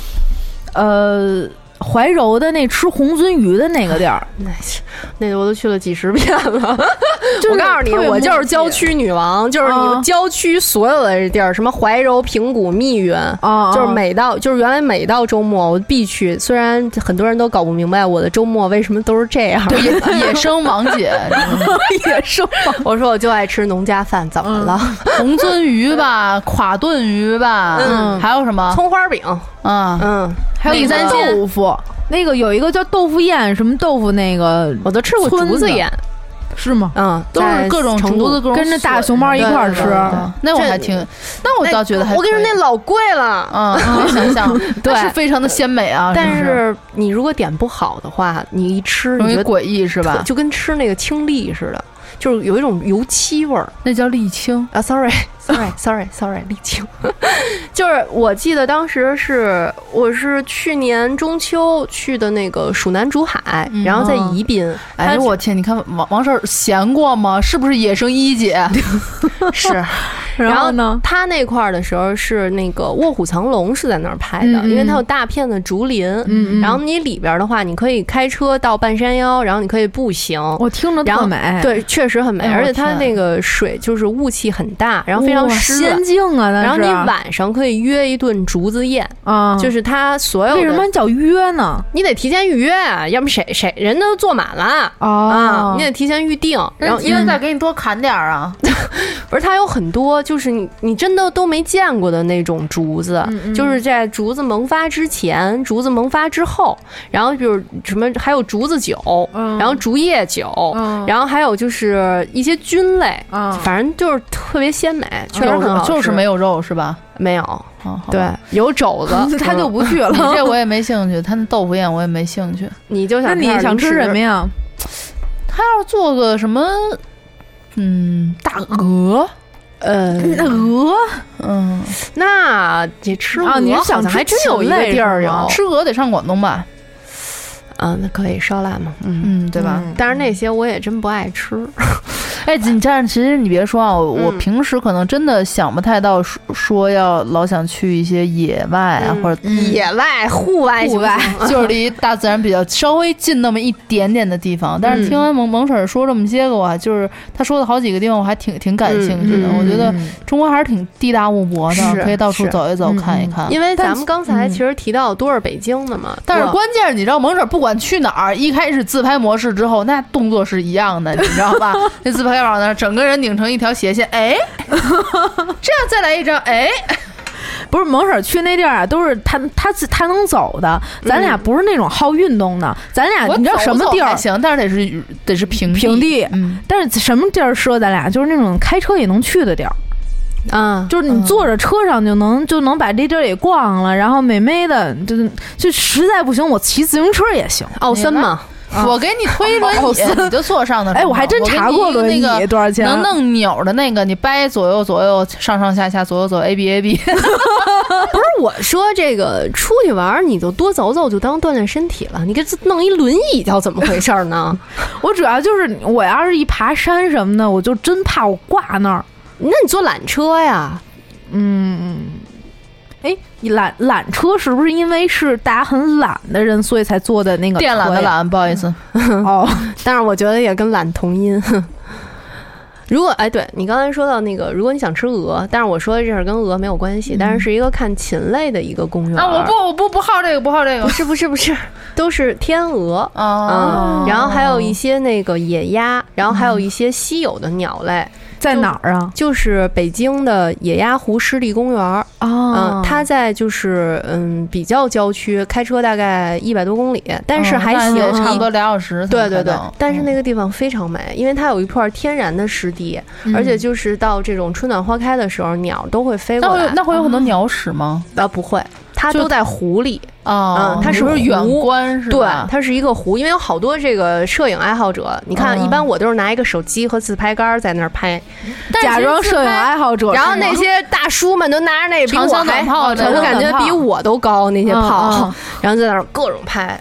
B: 呃，怀柔的那吃红鳟鱼的那个 地儿，
G: 那那我都去了几十遍了。
B: 就
G: 我
B: 是
G: 告诉你，
B: 特别
G: 我就是
B: 默契
G: 郊区女王，就是你们
B: 啊
G: 郊区所有的地儿，什么怀柔、平谷、密云。
B: 啊，
G: 就是
B: 啊
G: 每到就是原来每到周末我必去，虽然很多人都搞不明白我的周末为什么都是这样。
D: 对 野野生王姐，
G: 也是，嗯我说我就爱吃农家饭，怎么了？
D: 红鳟鱼吧，垮炖鱼吧，
G: 嗯
D: 还有什么？
G: 葱花饼，
D: 啊，
G: 嗯，
B: 还有
D: 李
B: 一个
D: 三金
B: 豆腐，那个有一个叫豆腐宴，什么豆腐那个
G: 我都吃过
B: 村
G: 竹子
B: 子
G: 眼，
B: 是吗？
G: 嗯，
D: 都是
G: 在
D: 各种
G: 成
D: 竹
G: 都
D: 子，各种
B: 跟着大
D: 笋
B: 熊猫一块儿
D: 对对
B: 吃
D: 对对那我还挺，那我
G: 那
D: 倒觉得还可以，
G: 我跟你说那老贵了，
D: 嗯，可以想象，
G: 对
D: 那是非常的鲜美啊，
G: 但
D: 是
G: 是你如果点不好的话，你一吃
D: 不容
G: 你
D: 易
G: 觉得
D: 诡异是吧？
G: 就跟吃那个青栗似的，就是有一种油漆味儿
D: 那叫沥青，
G: 啊。Sorry，Sorry，Sorry，Sorry，沥 青。 就是我记得当时是我是去年中秋去的那个蜀南竹海，
D: 嗯
G: 然后在
D: 哦
G: 宜宾，
D: 哎
G: 它
D: 呦我天，你看王王婶儿闲过吗？是不是野生一姐？
G: 是
B: 然后呢？
G: 他那块儿的时候是那个《卧虎藏龙》是在那儿拍的，
B: 嗯嗯
G: 因为它有大片的竹林。
B: 嗯嗯
G: 然后你里边儿的话，你可以开车到半山腰，然后你可以步行。
B: 我听着
G: 然后
B: 特美，
G: 对，确实很美，
D: 哎呦
G: 而
D: 我
G: 且它
D: 天
G: 那个水就是雾气很大，然后非常
B: 啊哇
G: 湿润
B: 仙。境啊，那
G: 然后
B: 是
G: 你晚上可以约一顿竹子宴，
B: 啊，
G: 就是它所有的
B: 为什么叫约呢？
G: 你得提前预约啊，要么谁谁人都坐满了。啊，
B: 哦
G: 你得提前预定，然后嗯因为
D: 再给你多砍点儿 啊，
G: 不是它有很多，就是你你真的都没见过的那种竹子，
B: 嗯
G: 就是在竹子萌发之前、竹子萌发之后，然后就是什么还有竹子酒，
B: 嗯
G: 然后竹叶酒，
B: 嗯
G: 然后还有就是一些菌类，
B: 嗯
G: 反正就是特别鲜美，确实
D: 有
G: 很好
D: 嗯
G: 吃
D: 就是没有肉是吧？
G: 没有，
D: 哦好吧
G: 对，有肘 子，
B: 他就
G: 嗯
B: 不去了。
D: 你这我也没兴趣，他那豆腐宴我也没兴趣。
G: 你就想
B: 那你
G: 点
B: 想
G: 零
B: 吃
G: 食
B: 什么呀？
D: 他要是做个什么，嗯，大鹅，
G: 呃，
B: 那鹅
D: 嗯，
G: 那这吃
B: 啊，
G: 鹅
B: 你是
G: 好
B: 想
G: 像
B: 吃
G: 还真有一
B: 禽
G: 个
B: 类
G: 地儿
B: 是吗
G: 有
D: 吃鹅得上广东吧？
G: 啊，那可以烧腊嘛，嗯。
D: 嗯，对吧？
G: 但是那些我也真不爱吃，
D: 哎，你但其实你别说啊，我
G: 嗯
D: 平时可能真的想不太到说说要老想去一些野外啊，
G: 嗯哎
D: 或者
G: 野外、户外、
D: 户 外， 就是离大自然比较稍微近那么一点点的地方。但是听完萌萌婶儿说这么些个，我还就是她说的好几个地方，我还挺挺感兴趣的。
G: 嗯嗯
D: 我觉得中国还是挺地大物博
G: 是
D: 的，可以到处
G: 是
D: 走一走，
B: 嗯
D: 看一看。
G: 因为咱们刚才
D: 嗯
G: 其实提到多是北京的嘛，
D: 但是
G: 我
D: 关键是，你知道萌婶儿不管去哪儿，一开始自拍模式之后，那动作是一样的，你知道 吧？那自拍往那儿，整个人拧成一条斜线，哎，这样再来一张，哎，
B: 不是萌婶儿去那地儿啊，都是她她自她能走的，
G: 嗯
B: 咱俩不是那种好运动的，咱俩
D: 我
B: 哎你知道
D: 走
B: 什么
D: 走
B: 地
D: 还
B: 儿？
D: 行，但是得是得是平
B: 平地
D: 嗯，
B: 但是什么地儿适合咱俩？就是那种开车也能去的地儿，
G: 啊，
B: 就是你坐着车上就能、就能把这地儿给逛了，然后美美的，就就实在不行，我骑自行车也行。
G: 奥森嘛，
D: 我给你推轮
B: 啊哦
D: 椅，你就坐上头。
G: 嗯
B: 哎，我还真
D: 给你
B: 查过
D: 一个
B: 轮椅
D: 那个
B: 多少钱，啊
D: 能弄钮儿的那个，你掰左右左右上上下下左右左右 A B A B，
G: 不是我说这个出去玩儿你就多走走，就当锻炼身体了。你给这弄一轮椅叫怎么回事儿呢？
B: 我主要就是我要是一爬山什么的，我就真怕我挂那儿。
G: 那你坐缆车呀？
B: 嗯，哎，缆缆车是不是因为是大家很懒的人，所以才坐的那个
D: 电缆
B: 车
D: 的
B: 呀
D: 缆，不好意思，
B: 哦？
G: 但是我觉得也跟懒同音。 如果哎，对你刚才说到那个，如果你想吃鹅，但是我说的这事儿跟鹅没有关系，但是是一个看禽类的一个公园。
D: 嗯啊，我不，我不不好这个，不好这个
G: 不。是不是不是，都是天鹅。
D: 啊
G: 嗯，然后还有一些那个野鸭，然后还有一些稀有的鸟类，
D: 嗯
B: 在哪儿啊？
G: 就是北京的野鸭湖湿地公园儿。
D: 哦
B: 哦
G: 嗯，它在就是嗯比较郊区，开车大概一百多公里，但是
D: 嗯
G: 还
D: 那
G: 行
D: 也，差不
G: 一
D: 多俩小时才
G: 对
D: 嗯能
G: 对
D: 看到。
G: 对，但是那
D: 个
G: 个地方非常美，因为它有一块天然的湿地，而
B: 嗯
G: 且就是到这种春暖花开的时候，鸟都会飞
D: 嗯那
G: 过
D: 会有
G: 来。
D: 那会有很多鸟屎吗？
G: 啊，不会，它
D: 就
G: 都在湖里。
D: 啊
G: 嗯它是
D: 不是
G: 湖
D: 远观是
G: 对
D: 吧？，
G: 它是一个湖，因为有好多这个摄影爱好者。你看，
D: 嗯
G: 一般我都是拿一个手机和自拍杆儿在那儿拍，
D: 但是
B: 假装
D: 自
B: 摄影
D: 拍
B: 爱好者是
G: 然
B: 吗，
G: 后那些大叔们都拿着那比
D: 长
G: 我
D: 枪短
G: 还，
D: 炮
G: 我
D: 长枪
G: 感觉
D: 短炮
G: 比我都高那些
D: 嗯
G: 炮
D: 嗯，
G: 然后在那儿各种拍。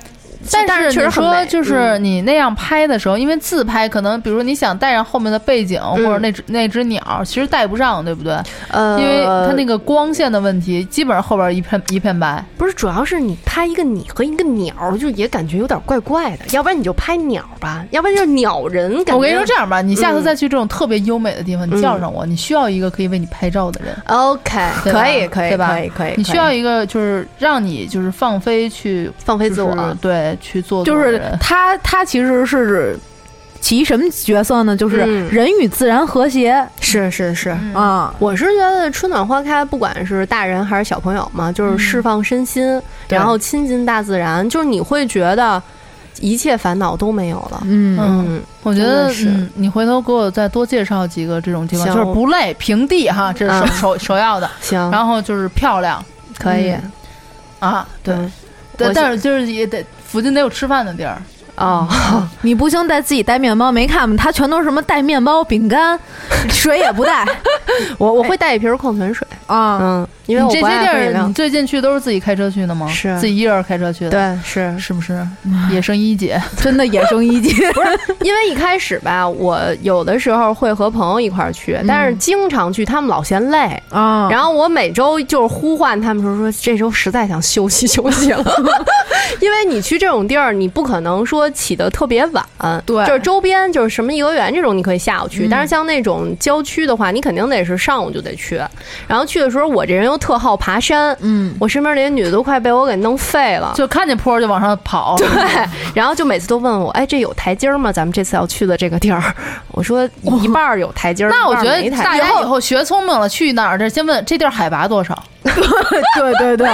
D: 但
G: 是
D: 是
G: 确实
D: 你
G: 很
D: 说
G: 美嗯
D: 就是你那样拍的时候，因为自拍可能，比如你想带上后面的背景或
G: 嗯
D: 者那只那只鸟，其实带不上，对不对？
G: 呃，
D: 因为它那个光线的问题，基本上后边一片一片白。
G: 不是，主要是你拍一个你和一个鸟儿，就也感觉有点怪怪的。要不然你就拍鸟吧，要不然就是鸟人。感觉
D: 我跟你说这样吧，你下次
G: 嗯
D: 再去这种特别优美的地方，
G: 嗯
D: 你叫上我，你需要一个可以为你拍照的人。
G: ，OK，
D: 对吧
G: 可以，可以，
D: 对吧
G: 可以，可以。
D: 你需要
G: 可以
D: 一个就是让你就是放飞去
G: 放飞
D: 就
G: 自我，
D: 是对，去做
B: 就
D: 作的
B: 是
D: 人
B: 他，他其实是起什么角色呢？就是
G: 嗯
B: 人与自然和谐
G: 是是是。
D: 嗯
B: 啊。
G: 我是觉得春暖花开，不管是大人还是小朋友嘛，就是释放身心，
D: 嗯
B: 对
G: 然后亲近大自然，就是你会觉得一切烦恼都没有了。
B: 嗯，
G: 嗯，
D: 我觉
G: 真的
D: 得
G: 是
D: 嗯，你回头给我再多介绍几个这种地方，
G: 行
D: 就是不累、平地哈，这是首、
G: 嗯
D: 首首要的。
G: 行，
D: 然后就是漂亮嗯
G: 可以。
D: 啊，对，
G: 嗯
D: 但
G: 我
D: 但是就是也得附近得有吃饭的地儿。
G: 哦，
B: 你不兴带自己带面包，没看吗？他全都是什么带面包、饼干， 水也 不带
G: 我我会带一瓶矿泉水，
B: 啊。
G: 嗯，因为
D: 哎哦你这
G: 我不
D: 些
G: 爱
D: 地
G: 喝饮
D: 儿，
G: 料
D: 你。最近去都是自己开车去的吗？
G: 是
D: 自己一人开车去的，
G: 对，嗯是
D: 是不是？野生一 姐，
B: 真的野生一姐，
G: 因为一开始吧，我有的时候会和朋友一块儿去，但是经常去，他们老嫌累。
B: 啊。
G: 然后我每周就是呼唤他们说说，这周实在想休息休息了，因为你去这种地儿，你不可能说起得特别晚，
B: 对
G: 就是周边就是什么颐和园这种，你可以下午去，但是像那种郊区的话，你肯定得是上午就得去。然后去的时候，我这人又特好爬山，
B: 嗯，
G: 我身边那些女的都快被我给弄废了，
D: 就看见坡儿就往上跑。
G: 对，然后就每次都问我，哎，这有台阶儿吗？咱们这次要去的这个地儿， 我说一半儿有台阶儿，
D: 那我
G: 一
D: 觉
G: 半儿
D: 得
G: 没台阶
D: 大
G: 儿
D: 家以后学聪明了，去哪儿这先问这地儿海拔多少。
B: 对对对，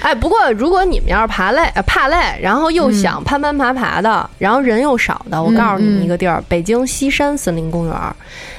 G: 哎，不过如果你们要是爬累、呃怕累，然后又想攀攀爬爬的，然后人又少的，我告诉你们一个地儿，北京西山森林公园儿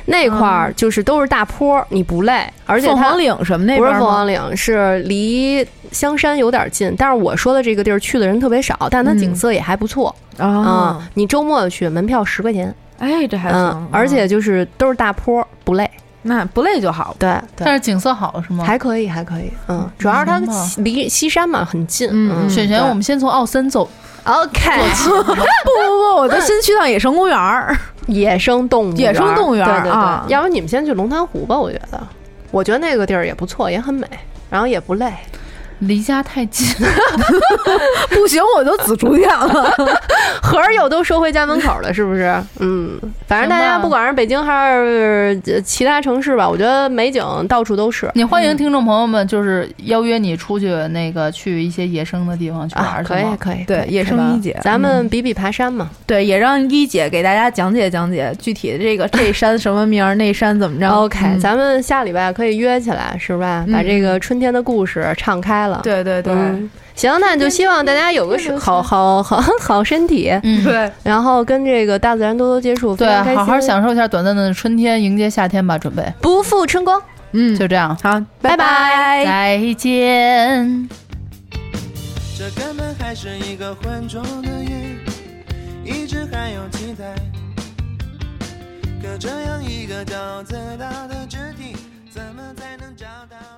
G: 那块儿就是都是大坡，你不累，而且
B: 凤
G: 它
B: 凰岭什么那
G: 不是
B: 边
G: 凤
B: 吗？
G: 凰岭，是离香山有点近，但是我说的这个地儿去的人特别少，但它景色也还不错啊、
B: 啊，
G: 你周末去，门票十块钱，
B: 哎，这还
G: 嗯
B: 行，，
G: 而且
B: 嗯
G: 就是都是大坡，不累，
B: 那不累就好。
G: 对
D: 但
G: 对，
D: 是景色好是吗？
G: 还可以，还可以，嗯，主要是它
D: 嗯
G: 离西山嘛很近，
B: 嗯
G: 嗯，
D: 雪璇，
G: 对
D: 我们先从奥森走
G: OK，
B: 不不不，我就新去趟野生公园儿。
G: 野生动物园
B: 野生动物园
G: 对对对，
B: 啊
G: 要不你们先去龙潭湖吧，我觉得，我觉得那个地儿也不错，也很美，然后也不累。
D: 离家太近，
B: 不行，我就紫竹院了。
G: 盒儿又都收回家门口了，是不是？嗯，反正大
D: 行
G: 家
D: 吧
G: 不管是北京还是呃其他城市吧，我觉得美景到处都是。
D: 你欢迎听众朋友们，就是邀约你出去那个去一些野生的地方去玩
G: 啊，
D: 儿去
G: 可以
D: 吗？
G: 可以，
B: 对，野生一姐，
G: 咱们比比爬山嘛。
B: 对也让一姐给大家讲解讲解具体的这个这山什么名儿，那山怎么着。
G: OK，、
B: 嗯
G: 咱们下礼拜可以约起来，是吧？把
B: 嗯
G: 这个春天的故事唱开了。
B: 对对对
G: 嗯行，那就希望大家有个好好好好身体，
D: 嗯，
B: 对，
G: 然后跟这个大自然多多接触，非
D: 对
G: 常开，心
D: 好好享受一下短暂的春天，迎接夏天吧，准备
G: 不负春光。
B: 嗯，
D: 就这样，
B: 好，拜
G: 拜
B: 拜
G: 哎
D: 再见。
F: 这根本还是一个浑浊的夜，一直还有期待。可这样一个沼泽大的肢体，怎么才能找到？